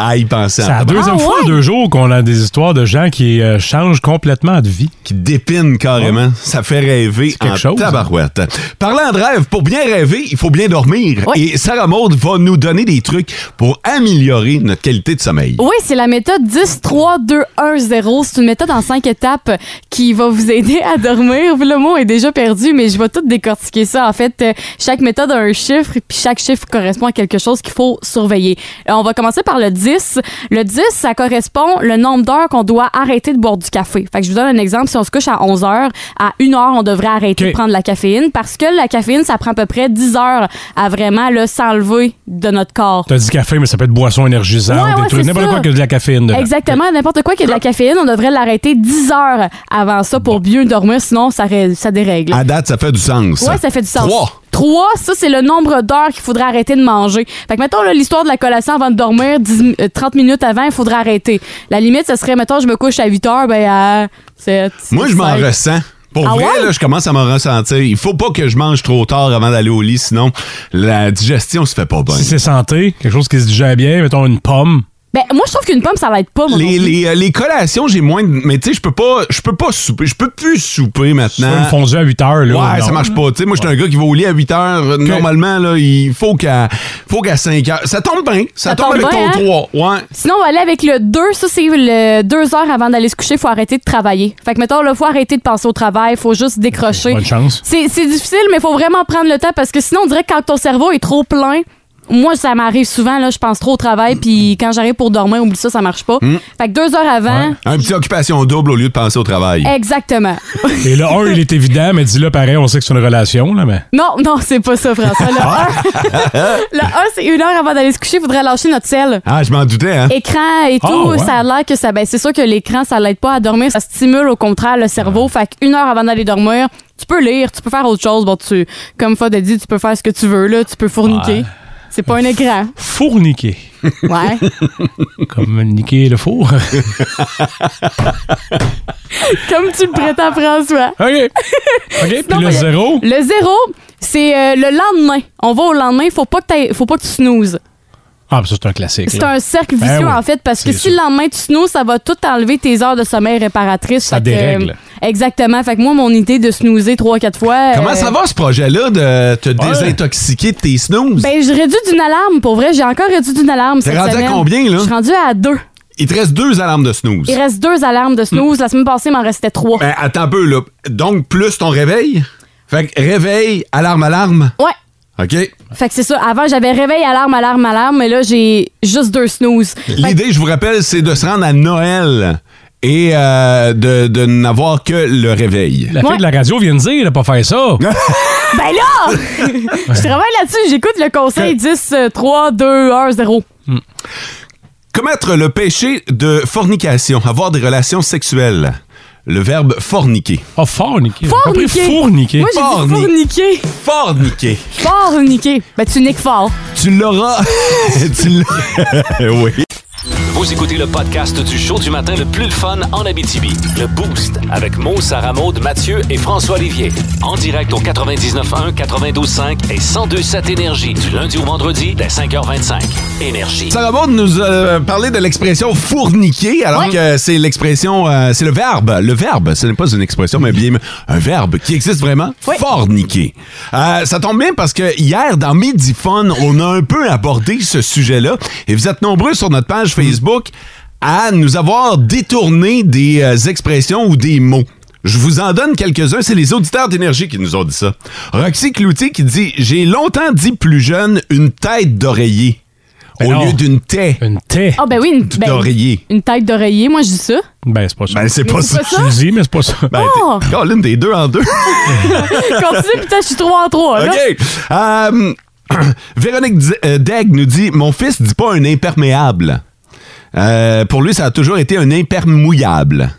B: à y penser. en
C: C'est la
B: tabarnak.
C: deuxième
D: Ah,
C: fois en
D: ouais?
C: deux jours qu'on a des histoires de gens qui euh, changent complètement de vie.
B: qui dépine carrément. Ça fait rêver
C: quelque
B: en
C: chose, hein?
B: tabarouette. Parlant de rêve, pour bien rêver, il faut bien dormir.
D: Ouais.
B: Et Sarah Maud va nous donner des trucs pour améliorer notre qualité de sommeil.
D: Oui, c'est la méthode 10 3 2 1 0. C'est une méthode en cinq étapes qui va vous aider à dormir. Le mot est déjà perdu, mais je vais tout décortiquer ça. En fait, euh, chaque méthode a un chiffre, puis chaque chiffre correspond à quelque chose qu'il faut surveiller. Euh, On va commencer par le 10. Le 10, ça correspond le nombre d'heures qu'on doit arrêter de boire du café. Fait que je vous donne un exemple. Si on se couche à 11 heures, à 1 heure, on devrait arrêter
C: Ok.
D: de prendre la caféine parce que la caféine, ça prend à peu près 10 heures à vraiment le s'enlever de notre corps.
C: T'as dit café, mais ça peut être boisson énergisante,
D: Ouais,
C: des
D: ouais,
C: trucs,
D: c'est
C: n'importe
D: ça.
C: quoi que de la caféine. dedans.
D: Exactement, n'importe quoi qui a de la caféine, on devrait l'arrêter 10 heures avant ça pour mieux dormir, sinon ça, ré- ça dérègle.
B: À date, Ah, ça fait du sens.
D: Ouais, ça fait du sens.
B: Trois.
D: Trois, ça, c'est le nombre d'heures qu'il faudrait arrêter de manger. Fait que, mettons, là, l'histoire de la collation avant de dormir, 10 euh, 30 minutes avant, il faudrait arrêter. La limite, ça serait, mettons, je me couche à 8 heures, ben, à 7.
B: Moi, je m'en
D: 5.
B: ressens. Pour
D: Ah
B: vrai,
D: ouais?
B: là, je commence à m'en ressentir. Il faut pas que je mange trop tard avant d'aller au lit, sinon la digestion se fait pas bonne.
C: Si c'est santé, quelque chose qui se digère bien, mettons une pomme.
D: Ben, moi, je trouve qu'une pomme, ça l'aide pas, moi.
B: Les,
D: non plus.
B: les, euh, les collations, j'ai moins de... Mais tu sais, je peux pas je peux pas souper. Je peux plus souper
C: Tu fais une
B: maintenant.
C: fondue à 8 heures. Là,
B: Ouais,
C: non.
B: ça marche pas. Tu sais, moi, je suis un gars qui va au lit à 8 heures. Normalement, là, il faut qu'à faut qu'à 5 heures. Ça tombe bien. Ça,
D: Ça
B: tombe,
D: tombe
B: avec
D: bien, hein?
B: ton 3. Ouais.
D: Sinon, on va aller avec le 2. Ça, c'est le 2 heures avant d'aller se coucher, faut arrêter de travailler. Fait que, mettons, là, faut arrêter de penser au travail, faut juste décrocher.
C: Bonne chance.
D: C'est c'est difficile, mais faut vraiment prendre le temps parce que sinon, on dirait que quand ton cerveau est trop plein, moi, ça m'arrive souvent, là, je pense trop au travail, puis quand j'arrive pour dormir, oublie ça, ça marche pas. Fait que deux heures avant,
B: Un petit occupation double au lieu de penser au travail.
D: Eh. exactement.
C: Et le 1, il est évident, mais dis-le pareil, on sait que c'est une relation, là, mais.
D: Non, non, c'est pas ça, François. Le [LAUGHS] 1, c'est une heure avant d'aller se coucher, il faudrait lâcher notre sel.
B: Ah, je m'en doutais, hein?
D: Écran et tout,
C: Ah, ouais.
D: ça a l'air que ça. Ben, c'est sûr que l'écran, ça l'aide pas à dormir. Ça stimule au contraire le cerveau. Fait qu'une heure avant d'aller dormir, tu peux lire, tu peux faire autre chose. Bon, tu, comme Fod a dit, tu peux faire ce que tu veux, là. Tu peux fourniquer. C'est pas un
C: [LAUGHS]
D: écran.
C: Fourniquer.
B: [LAUGHS]
D: Ouais.
C: Comme niquer le four.
D: comme tu le prétends, François. [LAUGHS]
C: OK. OK, puis le
D: ben,
C: zéro.
D: Le zéro, c'est euh, le lendemain. On va au lendemain. Faut pas que, t'ailles- faut pas que tu snoozes.
C: Ah, ben ça, c'est un classique.
D: C'est
C: là.
D: un cercle
C: Ben
D: vicieux,
C: oui,
D: en fait, parce que
C: c'est
D: si
C: ça.
D: le lendemain tu snoozes, ça va tout enlever tes heures de sommeil réparatrices.
C: Ça
D: Fait que,
C: dérègle.
D: euh, exactement. Fait que moi, mon idée de snoozer trois, quatre fois.
B: Comment
D: euh,
B: ça va, ce projet-là, de te
C: Ouais.
B: désintoxiquer de tes snooze?
D: Ben, je réduis d'une alarme. Pour vrai, j'ai encore réduit d'une alarme.
B: T'es
D: cette
B: rendu à
D: semaine.
B: combien, là?
D: Je suis rendu à deux.
B: Il te reste deux alarmes de snooze.
D: Il reste deux alarmes de snooze. La semaine passée, il m'en restait trois.
B: Ben, attends un peu, là. Donc, plus ton réveil? Fait que réveil, alarme, alarme.
D: Ouais.
B: OK?
D: Fait que c'est ça. Avant, j'avais réveil, alarme, alarme, alarme. Mais là, j'ai juste
B: [LAUGHS]
D: deux snooze. Fait que-
B: L'idée, je vous rappelle, c'est de se rendre à Noël et euh, de, de n'avoir que le réveil.
C: La fille
D: Ouais.
C: de la radio vient de dire de pas faire ça.
D: Ben là! je travaille là-dessus. J'écoute le conseil 10, euh, 3, 2, 1, 0.
B: Commettre le péché de fornication, avoir des relations sexuelles. Le verbe forniquer.
C: Oh, forniquer. J'ai compris
D: Forniquer.
C: Fourniquer.
D: Moi, j'ai dit
B: Forniquer.
D: fourniquer.
B: Forniquer.
D: Forniquer. Ben, tu niques fort.
B: Tu l'auras. [LAUGHS] tu l'auras. [LAUGHS] oui.
A: Vous écoutez le podcast du show du matin le plus fun en Abitibi. Le Boost avec Mo, Sarah Maud, Mathieu et François Olivier. En direct au 99.1, 92.5 et 102.7 Énergie du lundi au vendredi dès 5h25. Énergie.
B: Sarah Maud nous a euh, parlé de l'expression fourniquer, alors
D: Ouais.
B: que c'est l'expression, euh, c'est le verbe, le verbe, ce n'est pas une expression, mais bien un verbe qui existe vraiment,
D: Oui.
B: forniquer. Euh, ça tombe bien parce que hier, dans Midifone, on a un peu abordé ce sujet-là, et vous êtes nombreux sur notre page Facebook à nous avoir détourné des euh, expressions ou des mots. Je vous en donne quelques-uns, c'est les auditeurs d'énergie qui nous ont dit ça. Roxy Cloutier qui dit « J'ai longtemps dit plus jeune une tête d'oreiller. »
C: Ben
B: au
C: non.
B: lieu d'une taie
C: Une tête.
D: Ah, ben oui, une, ben,
B: d'oreiller.
D: une tête d'oreiller. Moi, je
B: [LAUGHS]
D: dis ça.
C: Ben, c'est pas ça.
B: Ben, c'est pas
D: c'est
B: ça.
D: pas ça.
C: Tu le dis, mais c'est pas ça.
B: Ben,
D: Oh!
B: t'es- Colin, t'es deux en deux.
D: Continue, putain, je suis 3 en 3. Ah, Là.
B: OK. Euh, [CLEARS THROAT] Véronique D- euh, Degg nous dit Mon fils dit pas un imperméable. Euh, pour lui, ça a toujours été un impermouillable.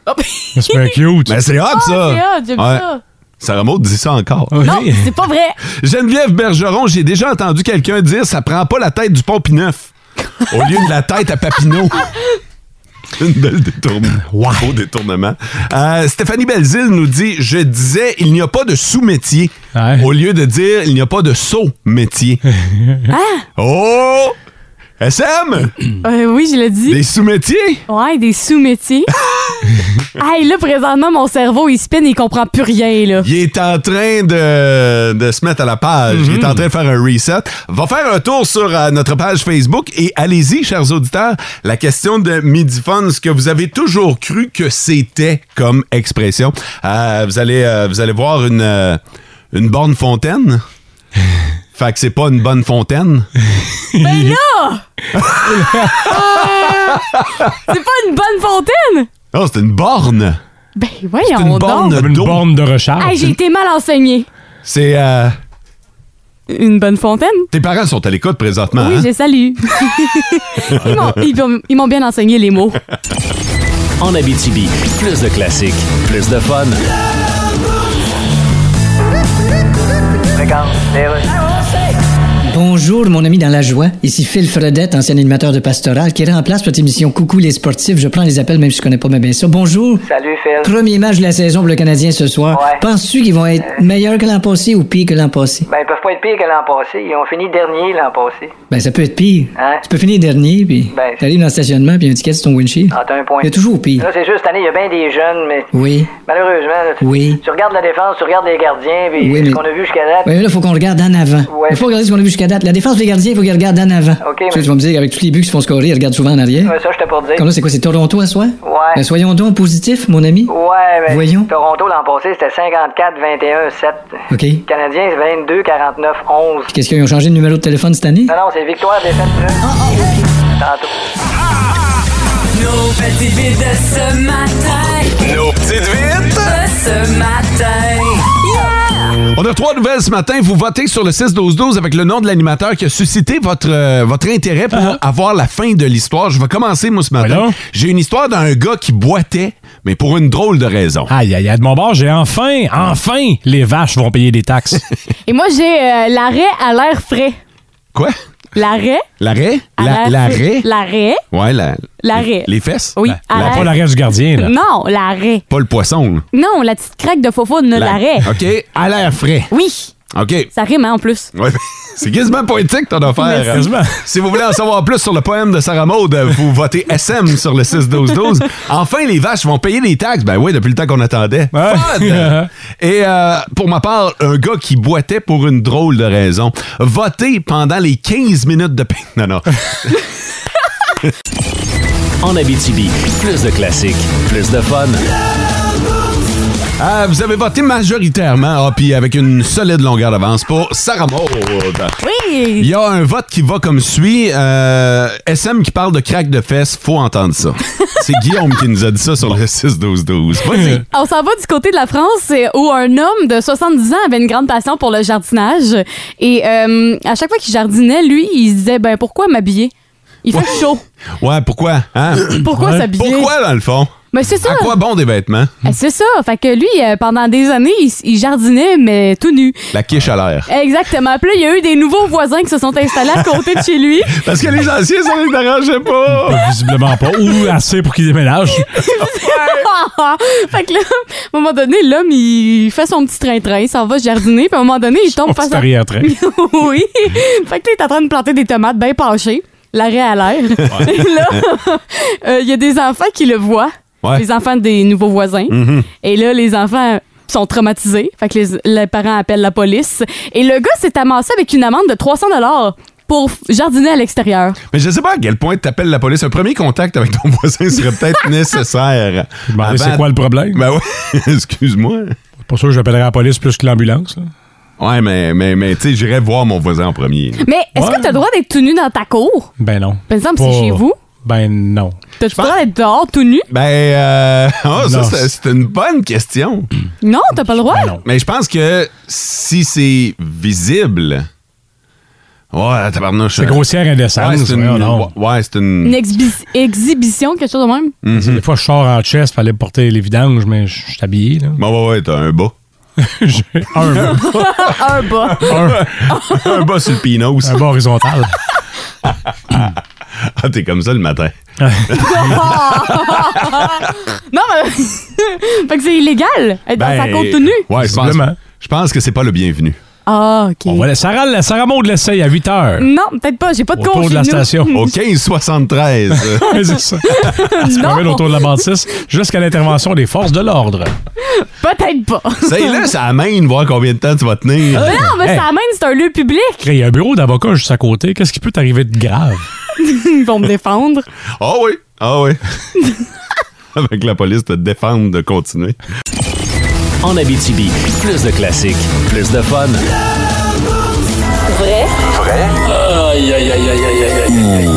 D: [LAUGHS]
C: Mais [LAUGHS] c'est bien cute.
B: Ben, c'est hot, ça.
D: Ah, c'est hot, j'aime ça.
B: Sarah Maud dit ça encore.
C: Oui.
D: Non, c'est pas vrai.
B: Geneviève Bergeron, j'ai déjà entendu quelqu'un dire ça prend pas la tête du Pompineuf au lieu de la tête à Papineau. [LAUGHS] Une belle détournement. Beau détournement. Euh, Stéphanie Belzile nous dit Je disais, il n'y a pas de sous-métier.
C: Ouais.
B: Au lieu de dire, il n'y a pas de saut-métier. Oh SM
D: Euh, oui, je l'ai dit.
B: Des sous-métiers
D: Ouais,
B: [LAUGHS]
D: des sous-métiers. hey, là, présentement, mon cerveau, il spin, il comprend plus rien, là.
B: Il est en train de, de se mettre à la page. Il est en train de faire un reset. Va faire un tour sur euh, notre page Facebook et allez-y, chers auditeurs. La question de Midifun, ce que vous avez toujours cru que c'était comme expression. Euh, vous, allez, euh, vous allez voir une, euh, une borne fontaine. Fait que c'est pas une bonne fontaine.
D: Ben
B: [LAUGHS]
D: Euh, C'est pas une bonne fontaine?
B: Non, c'est une borne.
D: Ben,
B: C'est une
D: voyons donc.
B: borne
C: Comme une
B: d'eau.
C: borne de recharge.
D: Hey, j'ai été mal enseigné.
B: C'est. euh,
D: Une bonne fontaine?
B: tes parents sont à l'écoute présentement.
D: Oui,
B: hein? [LAUGHS]
D: j'ai salué. ils m'ont- ils m'ont- ils m'ont bien enseigné les mots.
A: En Abitibi, plus de classiques, plus de fun.
E: Bonjour, mon ami dans la joie. Ici Phil Fredette, ancien animateur de Pastoral, qui remplace votre émission Coucou les sportifs. Je prends les appels même si je connais pas bien ça. Bonjour.
F: Salut Phil.
E: Premier match de la saison pour le Canadien ce soir.
F: Ouais.
E: Penses-tu qu'ils vont être meilleurs que l'an passé ou pire que l'an passé?
F: Ben, ils peuvent pas être pires que l'an passé. Ils ont fini dernier l'an passé.
E: Ben, ça peut être pire.
F: Hein?
E: Tu peux finir dernier, puis
F: Ben,
E: t'arrives dans le stationnement, puis un ticket sur ton windshield.
F: Ah, t'as un point.
E: Il y a toujours pire.
F: Là, c'est juste, cette année, il y a bien des jeunes, mais
E: Oui.
F: malheureusement, là, tu,
E: Oui.
F: tu regardes la défense, tu regardes les gardiens, puis
E: Oui, mais-
F: ce qu'on a vu jusqu'à date.
E: Oui, mais là, faut qu'on regarde en avant.
F: Ouais.
E: Il faut regarder ce qu'on a vu jusqu'à
G: date. La défense des gardiens, il faut qu'ils regardent en avant.
F: OK,
G: Tu sais,
F: mais-
G: tu vas me dire, avec tous les buts qui se font scorer, ils regardent souvent en arrière.
F: Ouais, euh, ça, j'étais pour dire.
G: Comme là, c'est quoi, c'est Toronto à soi?
F: Ouais.
G: Ben, soyons donc positifs, mon ami.
F: Ouais, mais
G: Voyons.
F: Toronto l'an passé, c'était 54-21-7.
G: OK.
F: Les Canadiens, c'est 22-49-11.
G: Qu'est-ce qu'ils ont changé de numéro de téléphone cette année?
F: Non, non, c'est victoire des 7
E: Ah,
F: Tantôt.
H: Nos petites vites de ce matin.
B: Nos petites vites!
H: De ce matin. Yeah!
B: On a trois nouvelles ce matin. Vous votez sur le 6-12-12 avec le nom de l'animateur qui a suscité votre, euh, votre intérêt pour avoir la fin de l'histoire. Je vais commencer, moi, ce matin.
C: Voyons.
B: J'ai une histoire d'un gars qui boitait, mais pour une drôle de raison.
C: Aïe, aïe, aïe. De mon bord, j'ai enfin, enfin, les vaches vont payer des taxes.
D: Et moi, j'ai euh, l'arrêt à l'air frais.
B: Quoi?
D: L'arrêt
B: L'arrêt?
D: à
B: La-
D: l'air
B: L'arrêt?
D: frais. L'arrêt.
B: Ouais, la-
D: L'arrêt.
B: Les fesses?
D: [LAUGHS] Oui, à
C: Ben, Pas
D: l'air-
C: l'arrêt du
D: [LAUGHS]
C: gardien, là.
D: Non, l'arrêt.
B: Pas le poisson. là.
D: Non, la petite craque de faufoune, là, l'arrêt.
B: OK, à l'air frais.
D: Oui,
B: OK.
D: ça rime hein, en plus.
B: Ouais, ben, [LAUGHS] c'est quasiment poétique ton affaire.
C: Merci. Quasiment.
B: [LAUGHS] Si vous voulez en savoir plus sur le poème de Sarah Maud, vous votez SM sur le 6-12-12. Enfin, les vaches vont payer des taxes. Ben oui, depuis le temps qu'on attendait.
C: Ouais. [LAUGHS]
B: Fun! Et euh, pour ma part, un gars qui boitait pour une drôle de raison. Voter pendant les 15 minutes de... pain- Non,
C: [LAUGHS]
B: non.
A: En Abitibi, plus de classiques, plus de fun.
B: Ah, vous avez voté majoritairement, ah, puis avec une solide longueur d'avance pour Sarah Maud. Il
D: Oui.
B: y a un vote qui va comme suit. Euh, SM qui parle de crack de fesses, faut entendre
C: [LAUGHS]
B: ça. C'est Guillaume qui nous a dit ça sur le 6-12-12.
C: [LAUGHS]
B: Vas-y.
D: On s'en va du côté de la France euh, où un homme de 70 ans avait une grande passion pour le jardinage. Et euh, à chaque fois qu'il jardinait, lui, il se disait ben pourquoi m'habiller Il fait chaud.
B: Ouais, pourquoi? Hein?
D: Pourquoi s'habiller
B: Pourquoi, dans le fond?
D: Mais Ben, c'est ça.
B: À quoi bon des vêtements?
D: Eh, C'est ça. Fait que lui, euh, pendant des années, il, s- il jardinait, mais tout nu.
B: La quiche à l'air.
D: Exactement. Puis là, il y a eu des nouveaux voisins qui se sont installés à côté de chez lui. [LAUGHS]
B: Parce que les anciens, ça les dérangeait pas.
C: [LAUGHS] Ben, visiblement pas. Ou assez pour qu'ils déménagent.
D: fait que là, à un moment donné, l'homme, il fait son petit train-train, il s'en va jardiner, puis à un moment donné, il tombe
C: On petit
D: face à... [LAUGHS]
C: arrière-train.
D: oui. Fait que là, il est en train de planter des tomates bien penchées, l'arrêt à l'air. Et [LAUGHS] là, euh, il y a des enfants qui le voient,
B: Ouais.
D: les enfants des nouveaux voisins.
C: Mm-hmm.
D: Et là, les enfants sont traumatisés. Fait que les, les parents appellent la police. Et le gars s'est amassé avec une amende de 300 pour jardiner à l'extérieur.
B: Mais je sais pas à quel point t'appelles la police. Un premier contact avec ton voisin serait
C: [LAUGHS]
B: peut-être nécessaire.
C: Je me demandais c'est quoi le problème.
B: [LAUGHS] Ben ouais, [LAUGHS] excuse-moi.
C: Pas sûr que j'appellerai la police plus que l'ambulance. là.
B: Ouais, mais, mais, mais tu sais, j'irais voir mon voisin en premier.
D: Mais est-ce
C: Ouais.
D: que tu as le droit d'être tout nu dans ta cour?
C: Ben non.
D: Ben, il me semble que c'est
C: Pas-
D: chez vous.
C: Ben non.
D: T'as le droit d'être dehors tout nu?
B: Ben, euh, [LAUGHS] oh, ça,
C: Non,
B: c'est-
C: c'est-
B: c'est une bonne question.
D: Non, t'as pas le droit.
C: Ben non.
B: Mais je pense que si c'est visible. Ouais, tabarnouche. euh,
C: C'est grossière indécence.
B: Ouais, c'est une.
C: voyons donc.
B: ouais, ouais, c'est
D: Une
B: une.
D: exhibi- exhibition, quelque chose de même.
C: Tu
B: Mhm.
C: sais, Des fois, je sors en chest, fallait porter les vidanges, mais je je suis habillé. Là.
B: Bon, ouais, ouais, t'as un bas.
C: J'ai un, [LAUGHS] un,
D: Un
C: [LAUGHS]
D: bas.
B: un bas sur le pinos.
D: [LAUGHS]
C: bas horizontal.
B: Ah, t'es comme ça le matin.
D: [LAUGHS] Non, mais. fait que c'est illégal, être dans
C: Ben,
D: sa cour tout nu.
B: Ouais, je pense,
C: Visiblement.
B: je pense que c'est pas le bienvenu.
D: Ah, OK.
C: On va la- Sarah, Sarah Maud l'essaye à 8 heures.
D: Non, peut-être pas, j'ai pas de cours
C: Autour de
D: [LAUGHS]
C: la station.
B: Au 1573. euh,
C: Ouais, [LAUGHS] c'est ça. Elle se
D: Non.
C: promène autour de la bâtisse jusqu'à l'intervention des forces de l'ordre.
D: Peut-être pas. [LAUGHS]
B: Essaye-le, ça amène, voir combien de temps tu vas tenir.
D: Mais non, mais
C: Hey.
D: ça amène, c'est un lieu public.
C: Il y a un bureau d'avocat juste à côté. Qu'est-ce qui peut t'arriver de grave?
D: Ils vont me défendre.
B: Ah oui, ah oui. Avec la police te défendre de continuer.
A: En Abitibi, plus de classiques, plus de fun.
H: Vrai?
I: Aïe, aïe, aïe, aïe, aïe, aïe, aïe, aïe.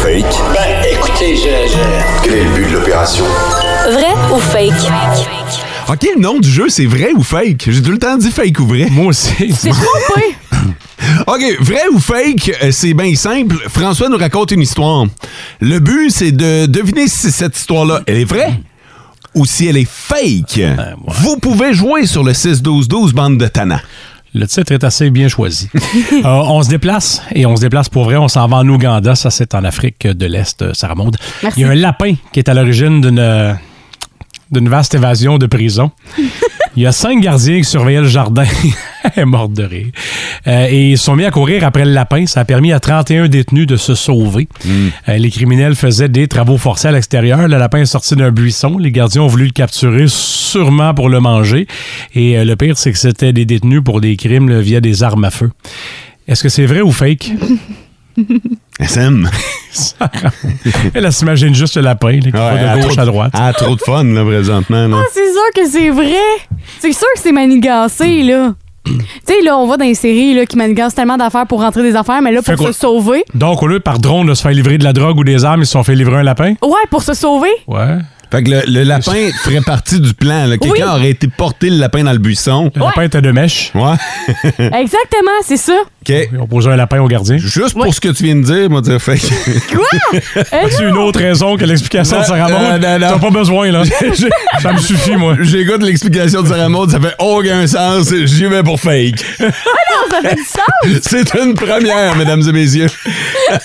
I: Fake. Ben, écoutez, je, je... Quel est le but de l'opération?
H: Vrai ou fake?
B: OK, le nom du jeu, c'est vrai ou fake? J'ai tout le temps dit fake ou vrai.
C: Moi aussi.
D: T'es trompé.
B: OK, vrai ou fake, euh, c'est bien simple. François nous raconte une histoire. Le but, c'est de deviner si cette histoire-là, elle est vraie ou si elle est fake.
C: Ben, ouais.
B: Vous pouvez jouer sur le 6-12-12, bande de Tana.
C: Le titre est assez bien choisi. Euh, on se déplace et on se déplace pour vrai. On s'en va en Ouganda. Ça, c'est en Afrique de l'Est, euh, Sarah Maud.
D: Merci.
C: Il y a un lapin qui est à l'origine d'une euh, d'une vaste évasion de prison. Il y a cinq gardiens qui surveillaient le jardin. [LAUGHS] Elle est morte de rire. Euh, et ils se sont mis à courir après le lapin. Ça a permis à 31 détenus de se sauver.
B: Mm.
C: Euh, les criminels faisaient des travaux forcés à l'extérieur. Le lapin est sorti d'un buisson. Les gardiens ont voulu le capturer sûrement pour le manger. Et euh, le pire, c'est que c'était des détenus pour des crimes là, via des armes à feu. Est-ce que c'est vrai
B: [LAUGHS]
C: ou fake? [LAUGHS]
B: SM.
C: Elle elle s'imagine juste le lapin là, qui va
B: elle a
C: de gauche
B: trop-
C: à droite.
B: elle a trop de Ah. fun, là, présentement. là.
D: Ah, c'est sûr que c'est vrai. C'est sûr que c'est manigancé, là. tu sais, là, on voit dans les séries là, qui manigancent tellement d'affaires pour rentrer des affaires, mais là,
C: Fait
D: pour
C: quoi?
D: se sauver.
C: Donc, au lieu par drone de se faire livrer de la drogue ou des armes, ils se sont fait livrer un lapin?
D: Ouais, pour se sauver.
C: Ouais.
B: Fait que le, le
C: [LAUGHS]
B: lapin ferait partie du plan. là. Quelqu'un
D: Oui.
B: aurait été porter le lapin dans le buisson.
C: Le lapin était de mèche.
B: Ouais. [LAUGHS]
C: Hein?
D: Exactement, c'est ça.
B: OK.
C: Ils ont posé un lapin au gardien.
D: Eh
B: Juste pour ce que tu viens de dire, moi, dire fait que-
C: C'est une autre raison que l'explication de Sarah
B: Non,
C: Maud.
B: non, non.
C: T'as pas besoin,
B: [LAUGHS]
C: là. [LAUGHS] ça me suffit, moi.
B: J'écoute l'explication de Sarah Maud, ça fait aucun sens, j'y vais pour fake.
D: Ça
C: [LAUGHS]
D: fait du sens.
B: [LAUGHS] C'est une première, mesdames et messieurs.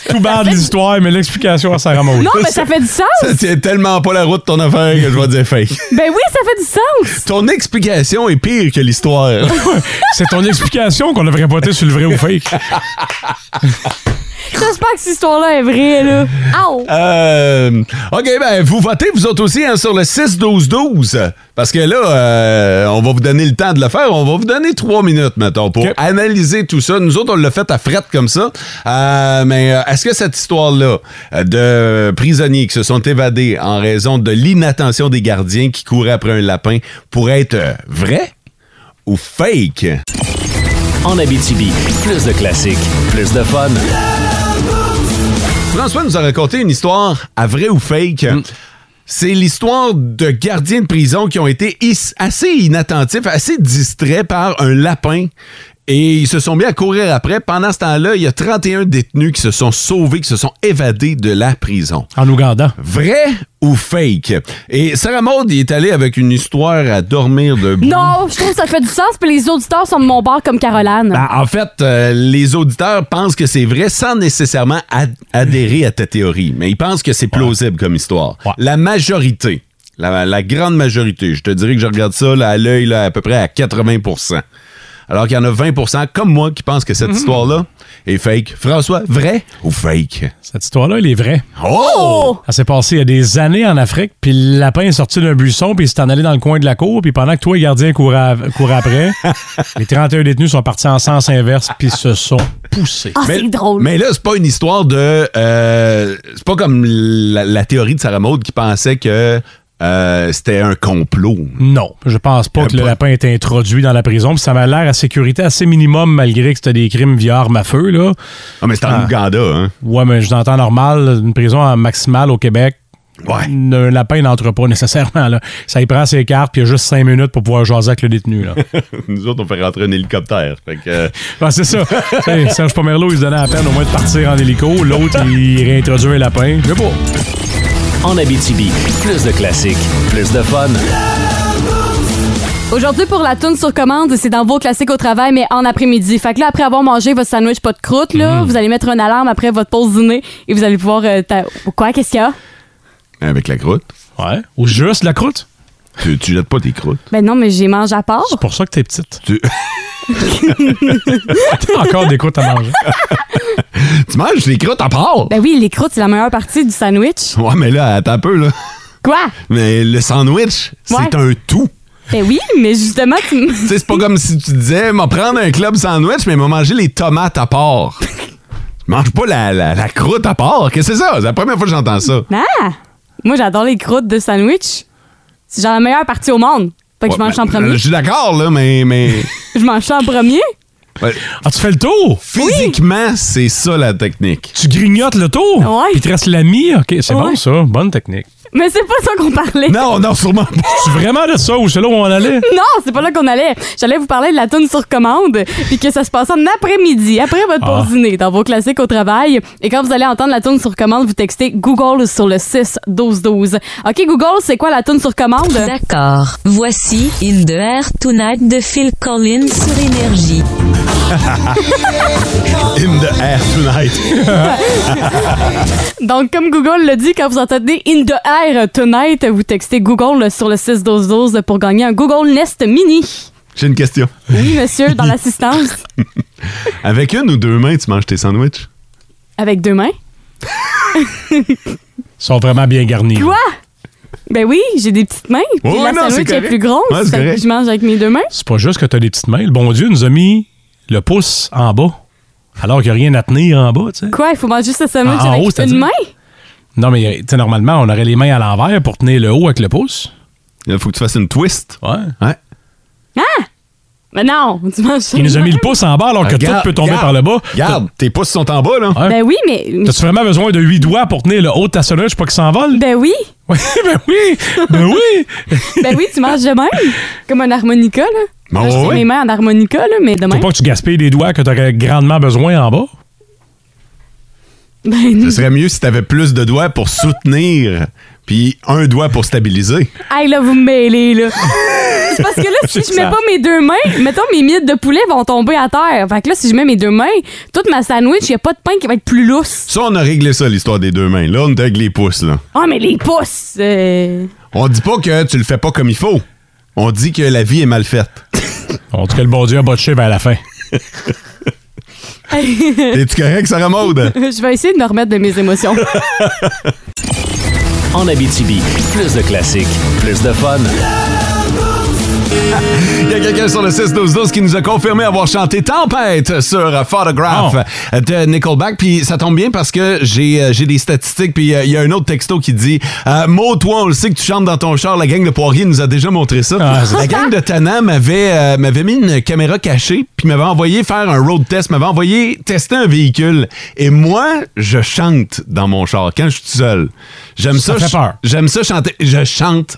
C: Tout bas de l'histoire, mais l'explication à Sarah Maud.
D: Non, mais ça fait du sens.
C: [LAUGHS]
B: Ça tient tellement pas la route ton affaire que je vais dire fake.
D: Ben oui, ça fait du sens.
B: Ton explication est pire que [LAUGHS] l'histoire.
C: C'est ton explication qu'on devrait voter sur le vrai ou fake.
D: J'espère que cette histoire-là est vraie, là. Au!
B: Euh, OK, ben, vous votez, vous autres aussi, hein, sur le 6-12-12. Parce que là, euh, on va vous donner le temps de le faire. On va vous donner trois minutes, mettons, pour
C: OK.
B: analyser tout ça. Nous autres, on l'a fait à frette comme ça. Euh, mais euh, est-ce que cette histoire-là euh, de prisonniers qui se sont évadés en raison de l'inattention des gardiens qui couraient après un lapin pourrait être euh, vraie ou fake?
A: En Abitibi, plus de classiques, plus de fun.
B: François nous a raconté une histoire à vrai ou fake. C'est l'histoire de gardiens de prison qui ont été is- assez inattentifs, assez distraits par un lapin. Et ils se sont mis à courir après. Pendant ce temps-là, il y a 31 détenus qui se sont sauvés, qui se sont évadés de la prison.
C: En Ouganda.
B: Vrai ou fake? Et Sarah Maud y est allée avec une histoire à dormir debout.
D: Non, je trouve que ça fait du sens, puis les auditeurs sont de mon bord comme Caroline.
B: Ben, en fait, euh, les auditeurs pensent que c'est vrai sans nécessairement ad- adhérer à ta théorie, mais ils pensent que c'est plausible comme histoire.
C: Ouais.
B: La majorité, la, la grande majorité, je te dirais que je regarde ça là, à l'œil là, à peu près à 80 alors qu'il y en a 20 comme moi qui pensent que cette histoire-là est fake. François, vrai ou fake?
C: Cette histoire-là, elle est vraie.
B: Oh!
C: Ça s'est passé il y a des années en Afrique, puis le lapin est sorti d'un buisson, puis il s'est en allé dans le coin de la cour, puis pendant que toi et le gardien couraient av- couraient
B: [LAUGHS]
C: après, les 31 détenus sont partis en sens inverse, puis se sont poussés.
D: Ah, c'est drôle.
B: Mais là, c'est pas une histoire de. euh, c'est pas comme la, la théorie de Sarah Maud qui pensait que euh, c'était un complot.
C: Non, je pense pas
B: Un
C: que le
B: point.
C: lapin ait été introduit dans la prison, puis ça m'a l'air à sécurité assez minimum, malgré que c'était des crimes via arme à feu, là.
B: Ah, mais c'est en
C: Ah.
B: Ouganda, hein? [LAUGHS]
C: Ouais, mais je l'entends normal, une prison en maximale au Québec.
B: Ouais.
C: Un lapin n'entre pas nécessairement. Là. Ça y prend ses cartes, puis il y a juste cinq minutes pour pouvoir jaser avec le détenu. [LAUGHS] Là.
B: Nous autres, on fait rentrer un hélicoptère. Fait que, euh,
C: Ah, c'est ça. Hey, Serge Pomerleau, il se donnait à peine au moins de partir en hélico. L'autre, il réintroduit un lapin. Je sais pas.
A: En Abitibi, plus de classiques, plus de fun.
D: Aujourd'hui, pour la toune sur commande, c'est dans vos classiques au travail, mais en après-midi. Fait que là, après avoir mangé votre sandwich pas de croûte, là,
B: Mm.
D: vous allez mettre une alarme après votre pause dîner et vous allez pouvoir... euh, ta- Quoi? Qu'est-ce qu'il y a?
B: avec la croûte.
C: Ouais. Ou juste la croûte.
B: Tu, tu jettes pas tes croûtes.
D: Ben non, mais j'ai mangé à part.
C: C'est pour ça que t'es petite.
B: Tu,
C: T'as [LAUGHS] encore des croûtes à manger.
B: tu manges tes croûtes à part.
D: Ben oui, les croûtes, c'est la meilleure partie du sandwich.
B: Ouais, mais là, attends un peu, là.
D: Quoi?
B: Mais le sandwich, c'est
D: Ouais.
B: un tout.
D: Ben oui, mais justement, tu m-
B: Tu sais, c'est pas comme si tu disais, m'a prendre un club sandwich, mais m'a manger les tomates à part. Tu manges pas la, la, la croûte à part. Qu'est-ce que c'est ça? C'est la première fois que j'entends ça.
D: [LAUGHS] Ah! Moi, j'adore les croûtes de sandwich. C'est genre la meilleure partie au monde. Fait que je
B: Ouais,
D: mange ça en
B: ben,
D: premier.
B: Je suis d'accord, là, mais. mais
D: Je mange ça en premier.
B: ouais,
D: [LAUGHS]
C: Ah, tu fais le tour.
B: physiquement, c'est ça la technique.
C: Tu grignotes le tour.
D: Ouais.
C: Puis il te reste l'ami. OK, c'est bon,
D: Ouais.
C: ça. Bonne technique.
D: Mais c'est pas ça qu'on parlait.
B: Non, non, Ah, sûrement pas.
C: Tu vraiment de ça ou c'est là où on allait?
D: [LAUGHS] Non, c'est pas là qu'on allait. J'allais vous parler de la toune sur commande, puis que ça se passe en après-midi, après votre
C: Ah.
D: pause dîner, dans vos classiques au travail. Et quand vous allez entendre la toune sur commande, vous textez Google sur le 6 12 12. OK, Google, c'est quoi la toune sur commande?
J: D'accord. Voici In the Air Tonight de Phil Collins sur Énergie.
B: In the air tonight.
D: Donc, comme Google le dit, quand vous entendez In the Air Tonight, vous textez Google sur le 6 12 12 pour gagner un Google Nest Mini.
B: J'ai une question.
D: Oui, monsieur, dans l'assistance.
B: Avec une ou deux mains, tu manges tes sandwichs?
D: Avec deux mains.
C: Ils sont vraiment bien garnis.
D: Quoi? Ben oui, j'ai des petites mains. Puis
B: Ouais, ouais,
D: la
B: non,
D: sandwich
B: c'est
D: est
B: correct.
D: plus grosse.
B: Ouais, c'est
D: fait que
B: correct.
D: je mange avec mes deux mains.
C: C'est pas juste que t'as des petites mains. Le bon Dieu nous a mis le pouce en bas. Alors qu'il n'y a rien à tenir en bas, tu sais.
D: Quoi, il faut manger sa sandwich
C: Ah, En- en haut,
D: avec
C: c'est-à-dire?
D: une main?
C: Non, mais tu sais, normalement, on aurait les mains à l'envers pour tenir le haut avec le pouce.
B: Il faut que tu fasses une twist.
C: Ouais.
D: Ah! Mais non, tu manges ça.
C: Il nous a mis le pouce en bas alors que
B: Regarde,
C: tout peut tomber
B: regarde,
C: par le bas.
B: Regarde, tes pouces sont en bas, là.
C: Ouais.
D: Ben oui, mais.
C: T'as-tu vraiment besoin de huit doigts pour tenir le haut de ta sonneuse pour qu'il [LAUGHS] s'envole?
D: Ben oui!
C: Oui, ben oui! Ben oui!
D: Ben oui, tu manges de même! Comme un harmonica, là.
C: Ben
B: Bon,
D: Là, je tiens
B: ouais.
D: mes mains en harmonica, là, mais de
C: Faut
D: même.
C: pas que tu gaspilles des doigts que t'aurais grandement besoin en bas.
D: Ben,
B: Ce serait mieux si t'avais plus de doigts pour soutenir, puis un doigt pour stabiliser.
D: hey, là, vous me mêlez,
C: [LAUGHS]
D: là. C'est parce que là, si
C: C'est
D: je mets
C: ça.
D: pas mes deux mains, mettons, mes miettes de poulet vont tomber à terre. Fait que là, si je mets mes deux mains, toute ma sandwich, y a pas de pain qui va être plus lousse.
B: Ça, on a réglé ça, l'histoire des deux mains. Là, on est avec les pouces, là.
D: Ah, mais les pouces! euh,
B: On dit pas que tu le fais pas comme il faut. On dit que la vie est mal faite.
C: En tout cas, le bon Dieu a botché vers la fin.
B: Es-tu correct, Sarah Maude?
D: Je vais essayer de me remettre de mes émotions.
A: En Abitibi, plus de classiques, plus de fun.
B: Il y a quelqu'un sur le 6-12-12 qui nous a confirmé avoir chanté Tempête sur euh, Photograph
C: Oh.
B: euh, de Nickelback. Puis ça tombe bien parce que j'ai euh, j'ai des statistiques. Puis euh, il y a un autre texto qui dit euh, Mo, toi, on le sait que tu chantes dans ton char. La gang de Poirier nous a déjà montré ça.
C: Ah,
B: [LAUGHS]
C: c'est-
B: la gang de Tana m'avait euh, m'avait mis une caméra cachée. Puis m'avait envoyé faire un road test. M'avait envoyé tester un véhicule. Et moi, je chante dans mon char quand je suis tout seul. J'aime ça.
C: Ça fait
B: ch-
C: peur.
B: J'aime ça chanter. Je chante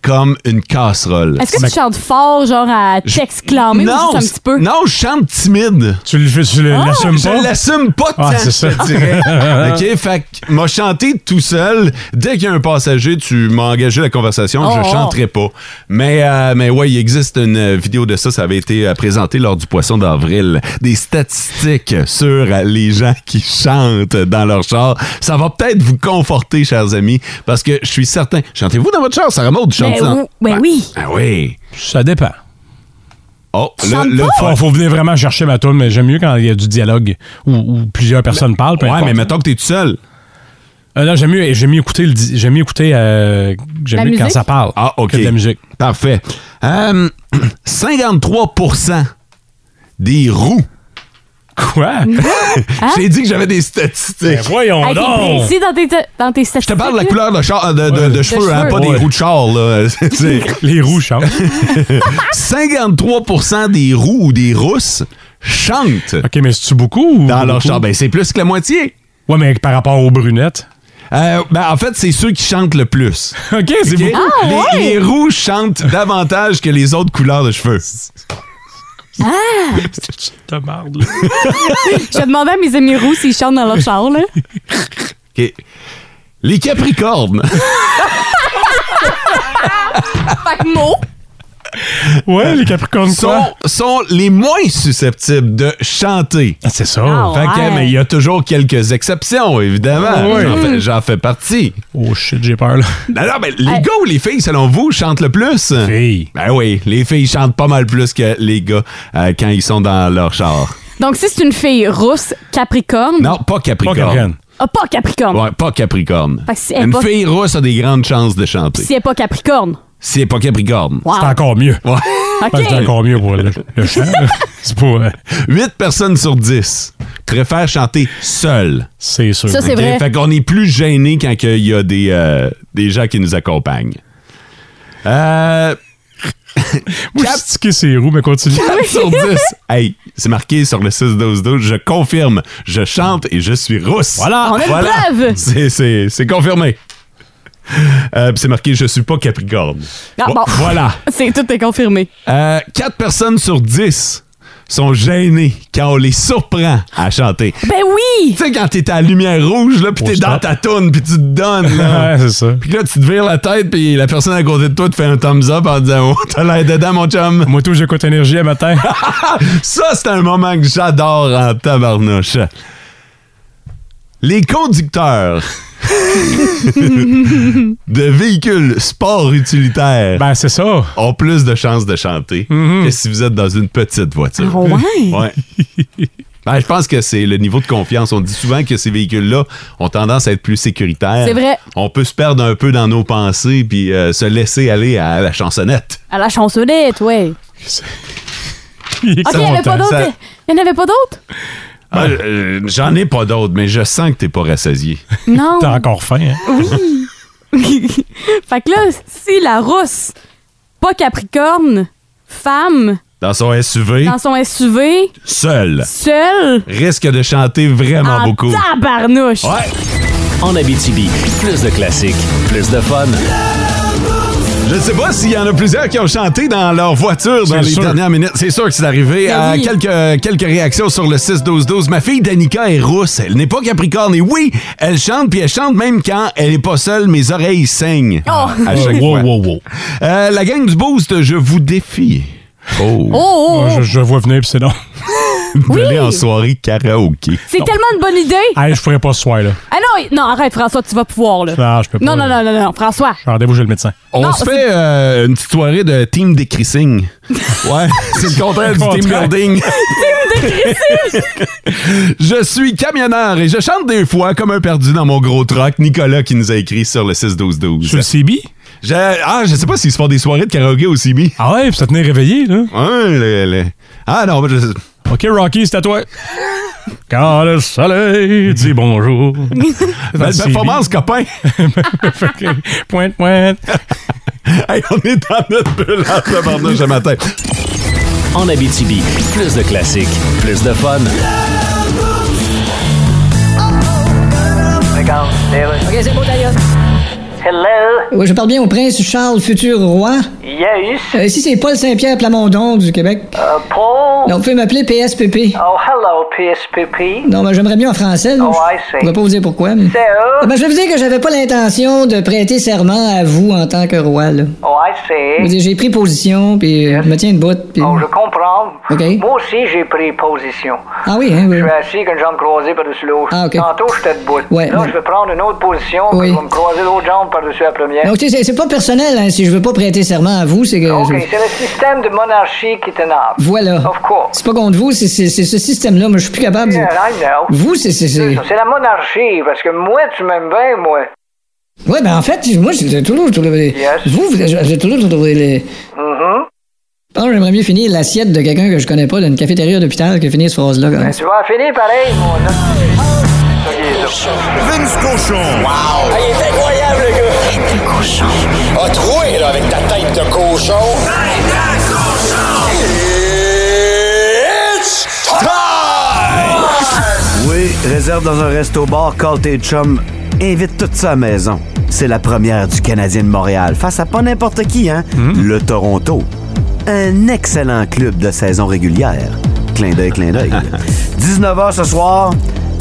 B: comme une casserole.
D: Est-ce que
C: Mais-
D: tu chantes fort, genre à t'exclamer ou
B: Non,
D: juste un petit peu?
B: non, je chante timide.
C: Tu le fais- tu
D: Ah,
C: le- l'assumes
B: Je
C: pas?
B: l'assume pas tant,
C: Ah, c'est ça.
B: je te
C: [LAUGHS]
B: dirais. OK, fait que m'a chanté tout seul. Dès qu'il y a un passager, tu m'as engagé la conversation,
D: Oh,
B: je
D: oh.
B: chanterai pas. Mais, euh, mais ouais, il existe une vidéo de ça. Ça avait été euh, présenté lors du Poisson d'avril. Des statistiques sur euh, les gens qui chantent dans leur char. Ça va peut-être vous conforter, chers amis, parce que je suis certain. Chantez-vous dans votre char, Sarah Maud?
D: Ben,
B: Chante
D: ou- ben oui!
B: Ah oui.
C: Ça dépend.
B: Oh,
D: Tu
B: là,
D: chantes
B: là,
D: pas?
B: faut-
C: Faut, faut venir vraiment chercher ma tourne, mais j'aime mieux quand il y a du dialogue où, où plusieurs personnes parlent. peu
B: Ouais,
C: importe.
B: mais mettons que t'es tout seul.
C: Euh, non, j'aime mieux, j'aime mieux écouter, le di- j'aime mieux écouter euh, j'aime
D: La
C: mieux quand
D: musique?
C: ça parle
B: Ah, OK.
C: que de la musique.
B: Parfait. Euh, [CLEARS THROAT] 53 des roues.
D: [LAUGHS]
C: Quoi? Ben,
B: J'ai dit que j'avais des statistiques.
C: voyons
D: Hey, t'es précis dans tes, dans tes
B: Oh Je te parle de la couleur de, char- de- de-
C: Ouais.
B: de
C: De
B: cheveux, hein,
D: cheveux.
B: pas des
C: Ouais.
B: roues de char. là. [LAUGHS] C'est- c'est-
C: Les roues changent.
B: [LAUGHS] 53 des roues ou des rousses chantent
C: OK, mais c'est-tu beaucoup? ou
B: dans leur
C: beaucoup?
B: char. Ben, c'est plus que la moitié.
C: Ouais, mais par rapport aux brunettes. [LAUGHS]
B: Euh, ben, en fait, c'est ceux qui chantent le plus.
C: OK, [LAUGHS] c'est
B: OK?
C: beaucoup.
B: les, les roues chantent davantage que les autres couleurs de cheveux.
D: Ah!
C: De marde, là.
D: Je demandais à mes amis roux s'ils chantent dans leur
B: [LAUGHS]
D: char, là.
B: OK. Les capricornes.
D: Fait que mot.
C: Ouais, les Capricornes
B: sont,
C: quoi?
B: sont les moins susceptibles de chanter.
C: Ah, c'est ça.
D: Ah,
B: Fait que,
D: ouais.
B: mais il y a toujours quelques exceptions, évidemment.
C: Ouais.
B: J'en fais- J'en fais partie.
C: Oh shit, j'ai peur, là.
B: Alors, ben, les gars ou les filles, selon vous, chantent le plus?
C: Filles.
B: Ben oui, les filles chantent pas mal plus que les gars euh, quand ils sont dans leur char.
D: Donc, si c'est une fille rousse, Capricorne.
B: Non, pas
C: Pas
B: Capricorne.
C: Capricorne.
D: Ah, pas Capricorne.
B: Ouais, pas Capricorne.
D: Fait que si elle
B: Une
D: pas-
B: fille rousse a des grandes chances de chanter.
D: Puis Si elle n'est pas Capricorne.
B: C'est pas Capricorne.
D: Wow.
C: C'est encore mieux.
B: [LAUGHS] Ouais.
D: OK.
C: Ah, C'est encore mieux pour le, le
D: [LAUGHS]
C: chant. là. c'est pour. euh,
B: 8 personnes sur 10 préfèrent chanter seules.
C: c'est sûr.
D: Ça, c'est
B: Ok,
D: vrai.
B: Fait qu'on est plus gêné quand que il y a des, euh, des gens qui nous accompagnent. Euh, [LAUGHS]
C: Moi, je
B: Cap-
C: suis stické ses roues, mais continue.
B: quatre sur
D: [LAUGHS]
B: 10. Hey, c'est marqué sur le 6-12-12. Je confirme, je chante et je suis rousse.
C: Voilà.
D: On a une
B: Voilà.
D: preuve.
B: C'est- C'est c'est confirmé. Euh, puis c'est marqué Je suis pas Capricorne.
D: Ah,
B: Vo-
D: bon.
B: Voilà.
D: C'est tout est confirmé.
B: Euh, Quatre personnes sur 10 sont gênées quand on les surprend à chanter.
D: Ben oui!
B: Tu sais, quand t'es à la lumière rouge, là, puis
C: Oh,
B: t'es dans
C: stop.
B: ta toune, puis tu te donnes. là.
C: [LAUGHS] ouais, c'est ça.
B: Puis là, tu te vires la tête, puis la personne à côté de toi te fait un thumbs up en disant Oh, t'as l'air dedans, mon chum.
C: Moi, tout, j'écoute Énergie
B: [LAUGHS]
C: le matin.
B: Ça, c'est un moment que j'adore en tabarnouche. Les conducteurs de véhicules sport utilitaires
C: ben, c'est ça.
B: ont plus de chances de chanter que si vous êtes dans une petite voiture.
D: Ah ouais.
B: Ouais. Ben, je pense que c'est le niveau de confiance. On dit souvent que ces véhicules-là ont tendance à être plus sécuritaires.
D: C'est vrai.
B: On peut se perdre un peu dans nos pensées puis euh, se laisser aller à la chansonnette.
D: À la chansonnette, ouais.
C: Il est
D: OK, il n'y en avait
C: content.
D: pas d'autres.
B: ça-
D: Il n'y en avait pas d'autres?
B: Ah, euh, J'en ai pas d'autres, mais je sens que t'es pas rassasié.
D: Non.
C: T'as encore faim, hein?
D: Oui. fait que là, si la rousse, pas Capricorne, femme,
B: Dans son SUV,
D: dans son SUV,
B: seul,
D: seule,
B: risque de chanter vraiment
D: en
B: beaucoup.
D: tabarnouche.
B: Ouais.
A: En Abitibi, plus de classiques, plus de fun.
B: Je sais pas s'il y en a plusieurs qui ont chanté dans leur voiture dans
C: C'est
B: les
C: sûr.
B: dernières minutes. C'est sûr que c'est arrivé.
D: Ben
B: Euh,
D: oui.
B: quelques, quelques réactions sur le 6-12-12. Ma fille Danica est rousse. Elle n'est pas capricorne. Et oui, elle chante, puis elle chante même quand elle est pas seule. Mes oreilles saignent.
D: Oh.
B: À chaque
C: Oh,
B: fois.
C: wow, wow, wow.
B: Euh, la gang du Boost, je vous défie. Oh,
D: Oh, oh,
C: Moi,
D: oh.
C: je, je vois venir, puis
D: [LAUGHS]
C: c'est non.
B: d'aller en soirée karaoké.
D: c'est tellement une bonne idée.
C: hey, je ferai pas ce soir, là.
D: Ah non, non, arrête, François, tu vas pouvoir, là.
C: Non, je peux pas.
D: Non, non, non, non, non, François.
C: J'ai rendez-vous chez le médecin.
B: On
D: Non,
B: se fait euh, une petite soirée de team décrissing. Ouais, c'est le contraire du team
C: Contraire.
B: building. [LAUGHS] je suis camionneur et je chante des fois comme un perdu dans mon gros truck. Nicolas qui nous a écrit sur le
C: Sur le
B: 6-12-12.
C: CB?
B: Je- Ah, je sais pas s'ils se font des soirées de karaoké au CB.
C: Ah ouais, puis ça tenait réveillé, là.
B: Hein, le- le- Ah non, mais je...
C: OK, Rocky, c'est
D: [LAUGHS]
C: à toi. Quand le soleil dit
D: [LAUGHS]
C: bonjour.
B: Belle
C: Dans le
B: performance, copain! [LAUGHS]
C: CB. [LAUGHS] pointe, pointe.
B: Hey, on est dans notre bulle en tabarnouche ce matin.
A: En Abitibi, plus de classiques, plus de fun.
F: Regarde, les rues.
E: Ok, c'est bon d'ailleurs.
F: Hello,
E: Oui, je parle bien au prince Charles, futur roi.
F: yes,
E: Euh, ici, c'est Paul Saint-Pierre Plamondon du Québec.
F: uh, Paul.
E: Non, vous pouvez m'appeler PSPP.
F: Oh, hello, PSPP.
E: Non, mais j'aimerais mieux en français. là.
F: Oh, I
E: Je-
F: see.
E: Je ne vais pas vous dire pourquoi. mais-
F: C'est
E: Ah,
F: eux.
E: ben, je vais vous dire que j'avais pas l'intention de prêter serment à vous en tant que roi. Là.
F: Oh, I
E: Je veux
F: see.
E: dire, J'ai pris position, puis euh, je me tiens debout. Puis...
F: Oh, je comprends.
E: Ok.
F: Moi aussi, j'ai pris position.
E: Ah oui, hein, oui.
F: Je suis assis avec une jambe croisée par-dessus l'autre.
E: Ah, ok.
F: Tantôt, j'étais debout.
E: Ouais,
F: là,
E: ouais.
F: je vais prendre une autre position, puis
E: Oui.
F: je vais me croiser l'autre jambe par-dessus la première.
E: Donc, tu sais, c'est- c'est pas personnel, hein, si je veux pas prêter serment à vous, c'est que...
F: OK,
E: je-
F: c'est le système de monarchie qui t'énerve.
E: Voilà.
F: Of course.
E: C'est pas contre vous, c'est c'est- c'est ce système-là, mais je suis plus capable de...
F: Yeah, I know.
E: Vous, c'est... c'est-
F: C'est
E: c'est-
F: ça, c'est la monarchie, parce que moi, tu m'aimes bien, moi.
E: Ouais, ben en fait, moi, j'ai toujours trouvé...
F: Yes.
E: Vous, vous- j'ai toujours trouvé les...
F: Mhm.
E: Ah, j'aimerais mieux finir l'assiette de quelqu'un que je connais pas d'une cafétéria d'hôpital que finir cette phrase-là. quand même.
F: Mais tu vas finir pareil, mon homme. Ça, il est là.
K: Vince Cochon. Wow!
L: il est incroyable, le gars! Tête de cochon.
K: A troué, Ah, là, avec ta tête de cochon. Tête de cochon! It's time!
L: Oui, réserve dans un resto-bar, call tes chums, invite toute ça à la maison. C'est la première du Canadien de Montréal, face à pas n'importe qui, hein? Le Toronto. Un excellent club de saison régulière. Clin d'œil, clin d'œil. 19h ce soir,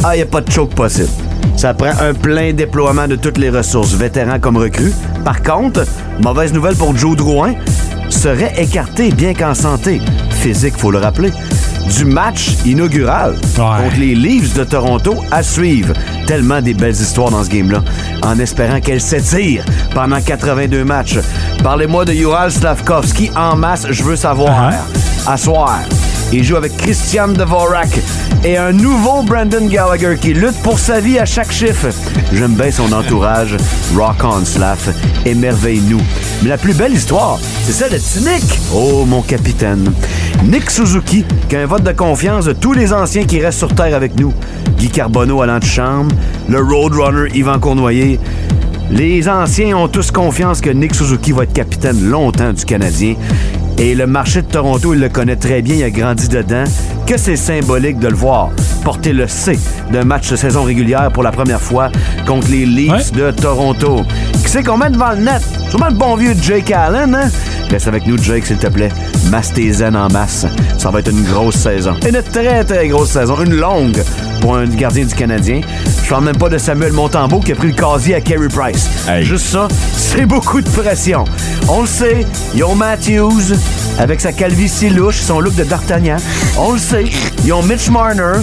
L: ah, y a pas de choke possible. Ça prend un plein déploiement de toutes les ressources, vétérans comme recrues. Par contre, mauvaise nouvelle pour Joe Drouin, serait écarté bien qu'en santé. Physique, faut le rappeler. Du match inaugural
C: Ouais.
L: contre les Leafs de Toronto à suivre. Tellement des belles histoires dans ce game-là. En espérant qu'elle s'étire pendant 82 matchs. Parlez-moi de Ural Slavkovski en masse, je veux savoir. À soir, il joue avec Christian Dvorak et un nouveau Brandon Gallagher qui lutte pour sa vie à chaque chiffre. J'aime bien son entourage. Rock on, Slav. Émerveille-nous. Mais la plus belle histoire, c'est celle de Nick. Oh, mon capitaine. Nick Suzuki, qui a un vote de confiance de tous les anciens qui restent sur Terre avec nous. Guy Carbonneau à l'antichambre, le Roadrunner Yvan Cournoyer. Les anciens ont tous confiance que Nick Suzuki va être capitaine longtemps du Canadien. Et le marché de Toronto, il le connaît très bien, il a grandi dedans. Que c'est symbolique de le voir porter le C d'un match de saison régulière pour la première fois contre les Leafs de Toronto. Qui c'est qu'on met devant le net? Sûrement le bon vieux Jake Allen, hein? Reste avec nous, Jake, s'il te plaît. Masse tes zen en masse. Ça va être une grosse saison. Une très, très grosse saison. Une longue pour un gardien du Canadien. Je parle même pas de Samuel Montembeau qui a pris le casier à Carey Price.
B: Hey.
L: Juste ça, c'est beaucoup de pression. On le sait, ils ont Matthews avec sa calvitie louche, son look de D'Artagnan. On le sait, ils ont Mitch Marner,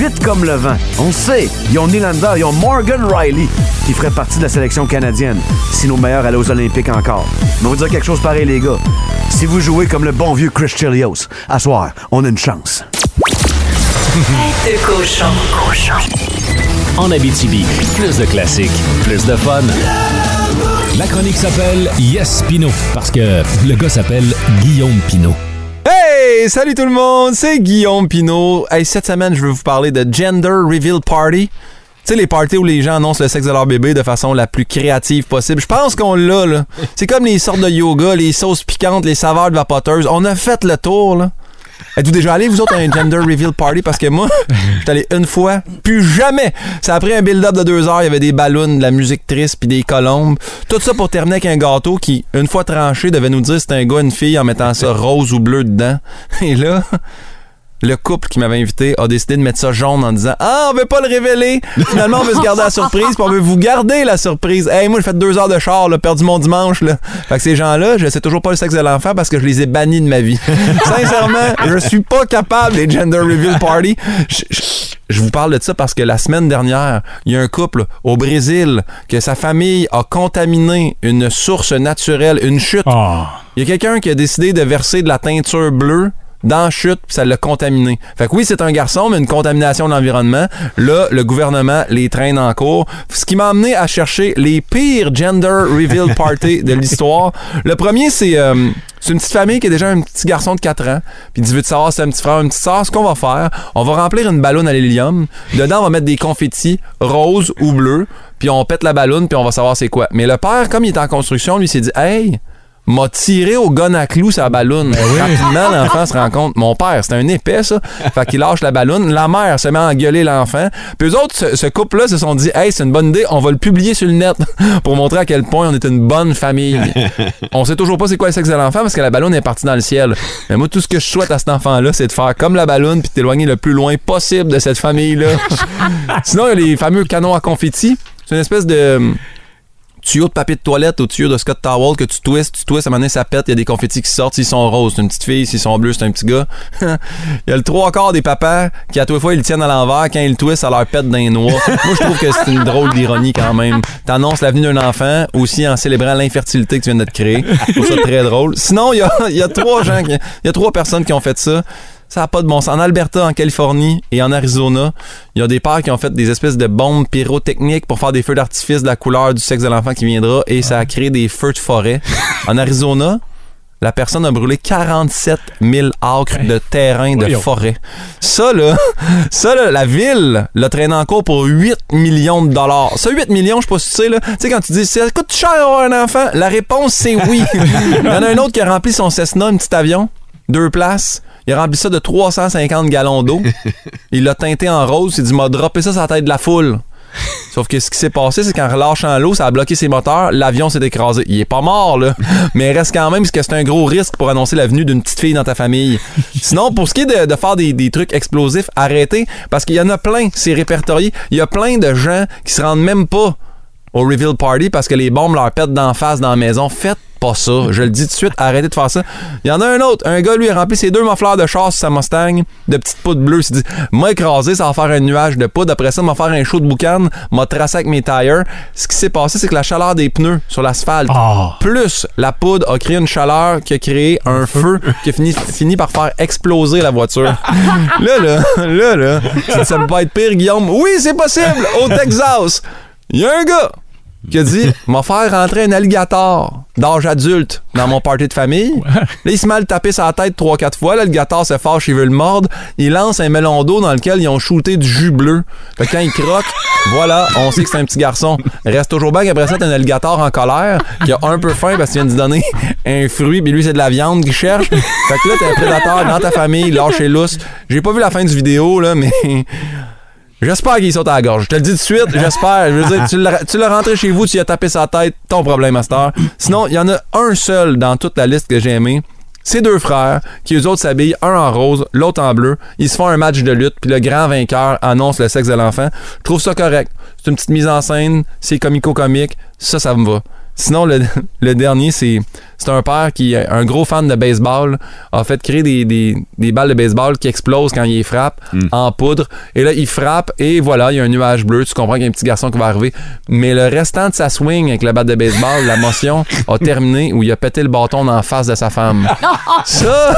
L: vite comme le vent. On le sait, ils ont Nylander, ils ont Morgan Riley qui ferait partie de la sélection canadienne si nos meilleurs allaient aux Olympiques encore. Mais on va vous dire quelque chose pareil, les gars. Si vous jouez comme le bon vieux Chris Chelios, à soir, on a une chance.
M: Tête de cochon.
A: En Abitibi, plus de classiques, plus de fun. La chronique s'appelle Yes Pino parce que le gars s'appelle Guillaume Pino.
B: Hey!
L: Hey, salut tout le monde, c'est Guillaume Pinault. Hey, cette semaine, je veux vous parler de Gender Reveal Party. Tu sais, les parties où les gens annoncent le sexe de leur bébé de façon la plus créative possible. Je pense qu'on l'a, là. C'est comme les sortes de yoga, les sauces piquantes, les saveurs de vapoteuses. On a fait le tour, là. Êtes-vous déjà allé, vous autres, à un gender reveal party? Parce que moi, j'étais allé une fois, plus jamais. Ça a pris un build-up de deux heures. Il y avait des ballons, de la musique triste, puis des colombes. Tout ça pour terminer avec un gâteau qui, une fois tranché, devait nous dire c'était un gars, une fille, en mettant ça rose ou bleu dedans. Et là, le couple qui m'avait invité a décidé de mettre ça jaune en disant Ah, on veut pas le révéler. Finalement, on veut se garder la surprise, puis on veut vous garder la surprise. Hey, moi, j'ai fait deux heures de char, là, perdu mon dimanche. Là. Fait que ces gens-là, je sais toujours pas le sexe de l'enfant parce que je les ai bannis de ma vie. Sincèrement, je suis pas capable des gender reveal party. Je, je- je vous parle de ça parce que la semaine dernière, il y a un couple au Brésil que sa famille a contaminé une source naturelle, une chute. Il
C: Ah,
L: y a quelqu'un qui a décidé de verser de la teinture bleue dans la chute, puis ça l'a contaminé. Fait que oui, c'est un garçon, mais une contamination de l'environnement. Là, le gouvernement les traîne en cours. Ce qui m'a amené à chercher les pires gender reveal party de l'histoire. Le premier, c'est euh, c'est une petite famille qui a déjà un petit garçon de 4 ans, puis dit veut te savoir si c'est un petit frère, une petite sœur, ce qu'on va faire, on va remplir une ballonne à l'hélium. Dedans, on va mettre des confettis roses ou bleus, puis on pète la ballonne, puis on va savoir c'est quoi. Mais le père, comme il est en construction, lui s'est dit "Hey, m'a tiré au gun à clous sa ballonne. Rapidement, l'enfant se rend compte. Mon père, c'est un épais, ça. Fait qu'il lâche la ballonne. La mère se met à engueuler l'enfant. Puis eux autres, ce, ce couple-là, se sont dit, hey, c'est une bonne idée, on va le publier sur le net [LAUGHS] pour montrer à quel point on est une bonne famille. on sait toujours pas c'est quoi le sexe de l'enfant parce que la ballonne est partie dans le ciel. Mais moi, tout ce que je souhaite à cet enfant-là, c'est de faire comme la ballonne puis de t'éloigner le plus loin possible de cette famille-là. Sinon, il y a les fameux canons à confetti. C'est une espèce de tuyau de papier de toilette au tuyau de Scott Towel que tu twists, tu twists, à un moment donné, ça pète, il y a des confettis qui sortent, s'ils sont roses, c'est une petite fille, s'ils sont bleus, c'est un petit gars. [LAUGHS] Il y a le trois quarts des papas qui, à tous les fois, ils le tiennent à l'envers, quand ils le twistent, ça leur pète dans les noix. Moi, je trouve que c'est une drôle d'ironie quand même. T'annonces l'avenue d'un enfant, aussi en célébrant l'infertilité que tu viens de te créer. Je trouve ça très drôle. Sinon, il y a, il y a trois gens, qui- il y a trois personnes qui ont fait ça. Ça n'a pas de bon sens. En Alberta, en Californie et en Arizona, il y a des pères qui ont fait des espèces de bombes pyrotechniques pour faire des feux d'artifice de la couleur du sexe de l'enfant qui viendra et ça a créé des feux de forêt. En Arizona, la personne a brûlé 47 000 acres de terrain de
N: Voyons.
L: forêt. Ça, là, [LAUGHS] ça, là, la ville l'a traîné en cours pour 8 millions de dollars. Ça, 8 millions, je sais pas si tu sais, là. Tu sais, quand tu dis, ça coûte cher avoir un enfant, la réponse, c'est oui. Il y en a un autre qui a rempli son Cessna, un petit avion, deux places. Il a rempli ça de 350 gallons d'eau. Il l'a teinté en rose. Il dit, m'a droppé ça sur la tête de la foule. Sauf que ce qui s'est passé, c'est qu'en relâchant l'eau, ça a bloqué ses moteurs, l'avion s'est écrasé. Il est pas mort, là. [LAUGHS] Mais il reste quand même, parce que c'est un gros risque pour annoncer la venue d'une petite fille dans ta famille. Sinon, pour ce qui est de, de faire des, des trucs explosifs, arrêtez, parce qu'il y en a plein, c'est répertorié. Il y a plein de gens qui se rendent même pas au reveal party parce que les bombes leur pètent d'en face dans la maison. Faites pas ça. Je le dis tout de suite, arrêtez de faire ça. Il y en a un autre. Un gars, lui, a rempli ses deux mofleurs de char sur sa Mustang de petites poudre bleues. Il s'est dit, m'a écrasé, ça va faire un nuage de poudre. Après ça, m'a faire un show de boucan, m'a tracé avec mes tires. Ce qui s'est passé, c'est que la chaleur des pneus sur l'asphalte,
C: ah,
L: plus la poudre, a créé une chaleur qui a créé un feu qui a fini, fini par faire exploser la [LAUGHS] voiture. là, là, là, là, ça- ça peut pas être pire, Guillaume. Oui, c'est possible, au Texas. Il y a un gars qui a dit m'a faire rentrer un alligator d'âge adulte dans mon party de famille. Là, il se met à le taper sa tête 3-4 fois. L'alligator se fâche, il veut le mordre. Il lance un melon d'eau dans lequel ils ont shooté du jus bleu. Fait que quand il croque, voilà, on sait que c'est un petit garçon. Reste toujours bien qu'après ça, t'as un alligator en colère qui a un peu faim parce qu'il vient de donner un fruit, puis lui, c'est de la viande qu'il cherche. Fait que là, t'es un prédateur dans ta famille, lâché lousse. J'ai pas vu la fin du vidéo, là, mais. [LAUGHS] J'espère qu'il saute à la gorge. Je te le dis tout de suite, j'espère. Je veux dire, tu l'as- tu l'as rentré chez vous, tu lui as tapé sa tête, ton problème, Master. Sinon, il y en a un seul dans toute la liste que j'ai aimé. Ces deux frères, qui eux autres s'habillent, un en rose, l'autre en bleu. Ils se font un match de lutte, puis le grand vainqueur annonce le sexe de l'enfant. Je trouve ça correct. C'est une petite mise en scène, c'est comico-comique. Ça, ça me va. Sinon, le, [LAUGHS] le dernier, c'est c'est un père qui est un gros fan de baseball, a fait créer des, des- des balles de baseball qui explosent quand il les frappe en poudre. Et là, il frappe et voilà, il y a un nuage bleu. Tu comprends qu'il y a un petit garçon qui va arriver. Mais le restant de sa swing avec la batte de baseball, la motion a terminé où il a pété le bâton en face de sa femme. Ça,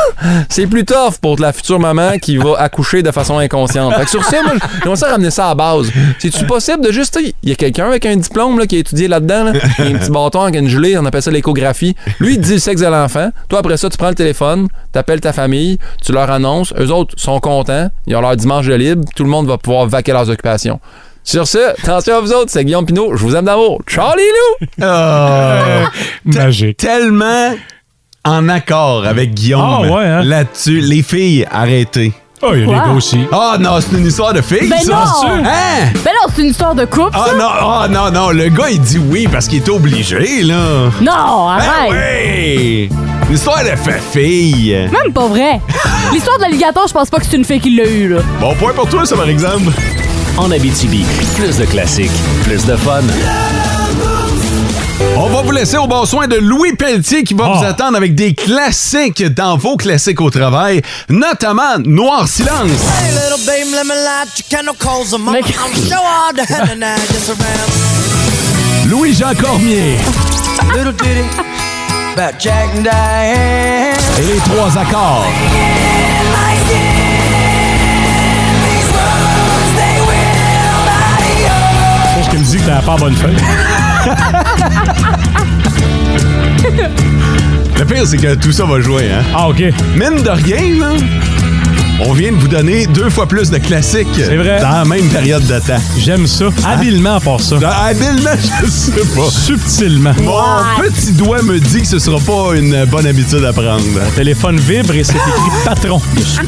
L: c'est plus tough pour la future maman qui va accoucher de façon inconsciente. Fait que sur ça, moi, j'aimerais ça ramener ça à la base. C'est-tu possible de juste, tu sais, il y a quelqu'un avec un diplôme là, qui a étudié là-dedans, là, il y a un petit bâton avec une gelée, on appelle ça l'échographie. Lui, Lui, il dit le sexe de l'enfant. Toi, après ça, tu prends le téléphone, t'appelles ta famille, tu leur annonces. Eux autres sont contents. Ils ont leur dimanche de libre. Tout le monde va pouvoir vaquer leurs occupations. Sur ce, attention à vous autres, c'est Guillaume Pinot. Je vous aime d'amour. Charlie Lou!
B: Magique. Tellement en accord avec Guillaume
C: Ah, ouais, hein?
B: là-dessus. Les filles, arrêtez.
C: Ah, il y a des
D: Pourquoi?
C: gars aussi.
B: Ah non, c'est une histoire de filles,
D: Ben
B: ça.
D: non!
B: Hein?
D: Ben non, c'est une histoire de couple,
B: Ah
D: ça?
B: non, ah non, non, le gars il dit oui parce qu'il est obligé, là.
D: Non,
B: Ben
D: arrête!
B: oui! L'histoire de fait fille.
D: Même pas vrai. L'histoire de l'alligator, je pense pas que c'est une fille qui l'a eu, là.
B: Bon point pour toi, ça, par exemple.
A: En Abitibi, plus de classiques, plus de fun.
B: On va vous laisser au bon soin de Louis Pelletier qui va vous attendre avec des classiques dans vos classiques au travail, notamment Noir Silence.
N: Hey, little baby, let me light your candle coals and mama, I'm sure all the henna now just around.
B: Louis-Jean Cormier.
N: little ditty about Jack and Diane.
B: Et les trois accords.
C: Je pense que me dit que t'as pas bonne fête.
B: Le pire, c'est que tout ça va jouer, hein?
C: Ah, OK.
B: Mine de rien, là, on vient de vous donner deux fois plus de classiques
C: C'est vrai.
B: dans la même période de temps.
C: J'aime ça. Habilement, à part ça.
B: habilement, je sais pas.
C: Subtilement.
B: Mon petit doigt me dit que ce sera pas une bonne habitude à prendre.
C: Téléphone vibre et c'est écrit patron dessus.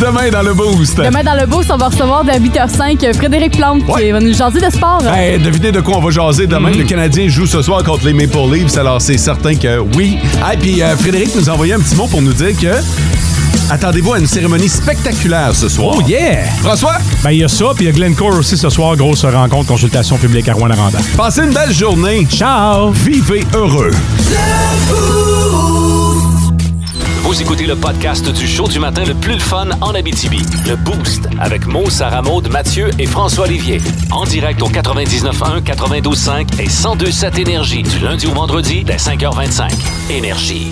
B: Demain dans le boost.
D: Demain, dans le boost, on va recevoir de 8h05 Frédéric Plante qui va nous jaser de sport. hein.
B: Hey, devinez de quoi on va jaser demain.
C: Mm.
D: Mhm.
B: Le Canadien joue ce soir contre les Maple Leafs, alors c'est certain que oui. Ah, puis euh, Frédéric nous a envoyé un petit mot pour nous dire que attendez-vous à une cérémonie spectaculaire ce soir.
C: Oh yeah!
B: François?
C: Ben il y a ça, puis il y a Glencore aussi ce soir, grosse rencontre, consultation publique à Rouen-Aranda.
B: Passez une belle journée.
C: Ciao!
B: Vivez heureux.
A: Vous écoutez le podcast du show du matin le plus fun en Abitibi. Le Boost avec Mo, Sarah Maud, Mathieu et François Olivier. En direct au 99.1, 92.5 et 102.7 Énergie du lundi au vendredi dès 5h25. Énergie.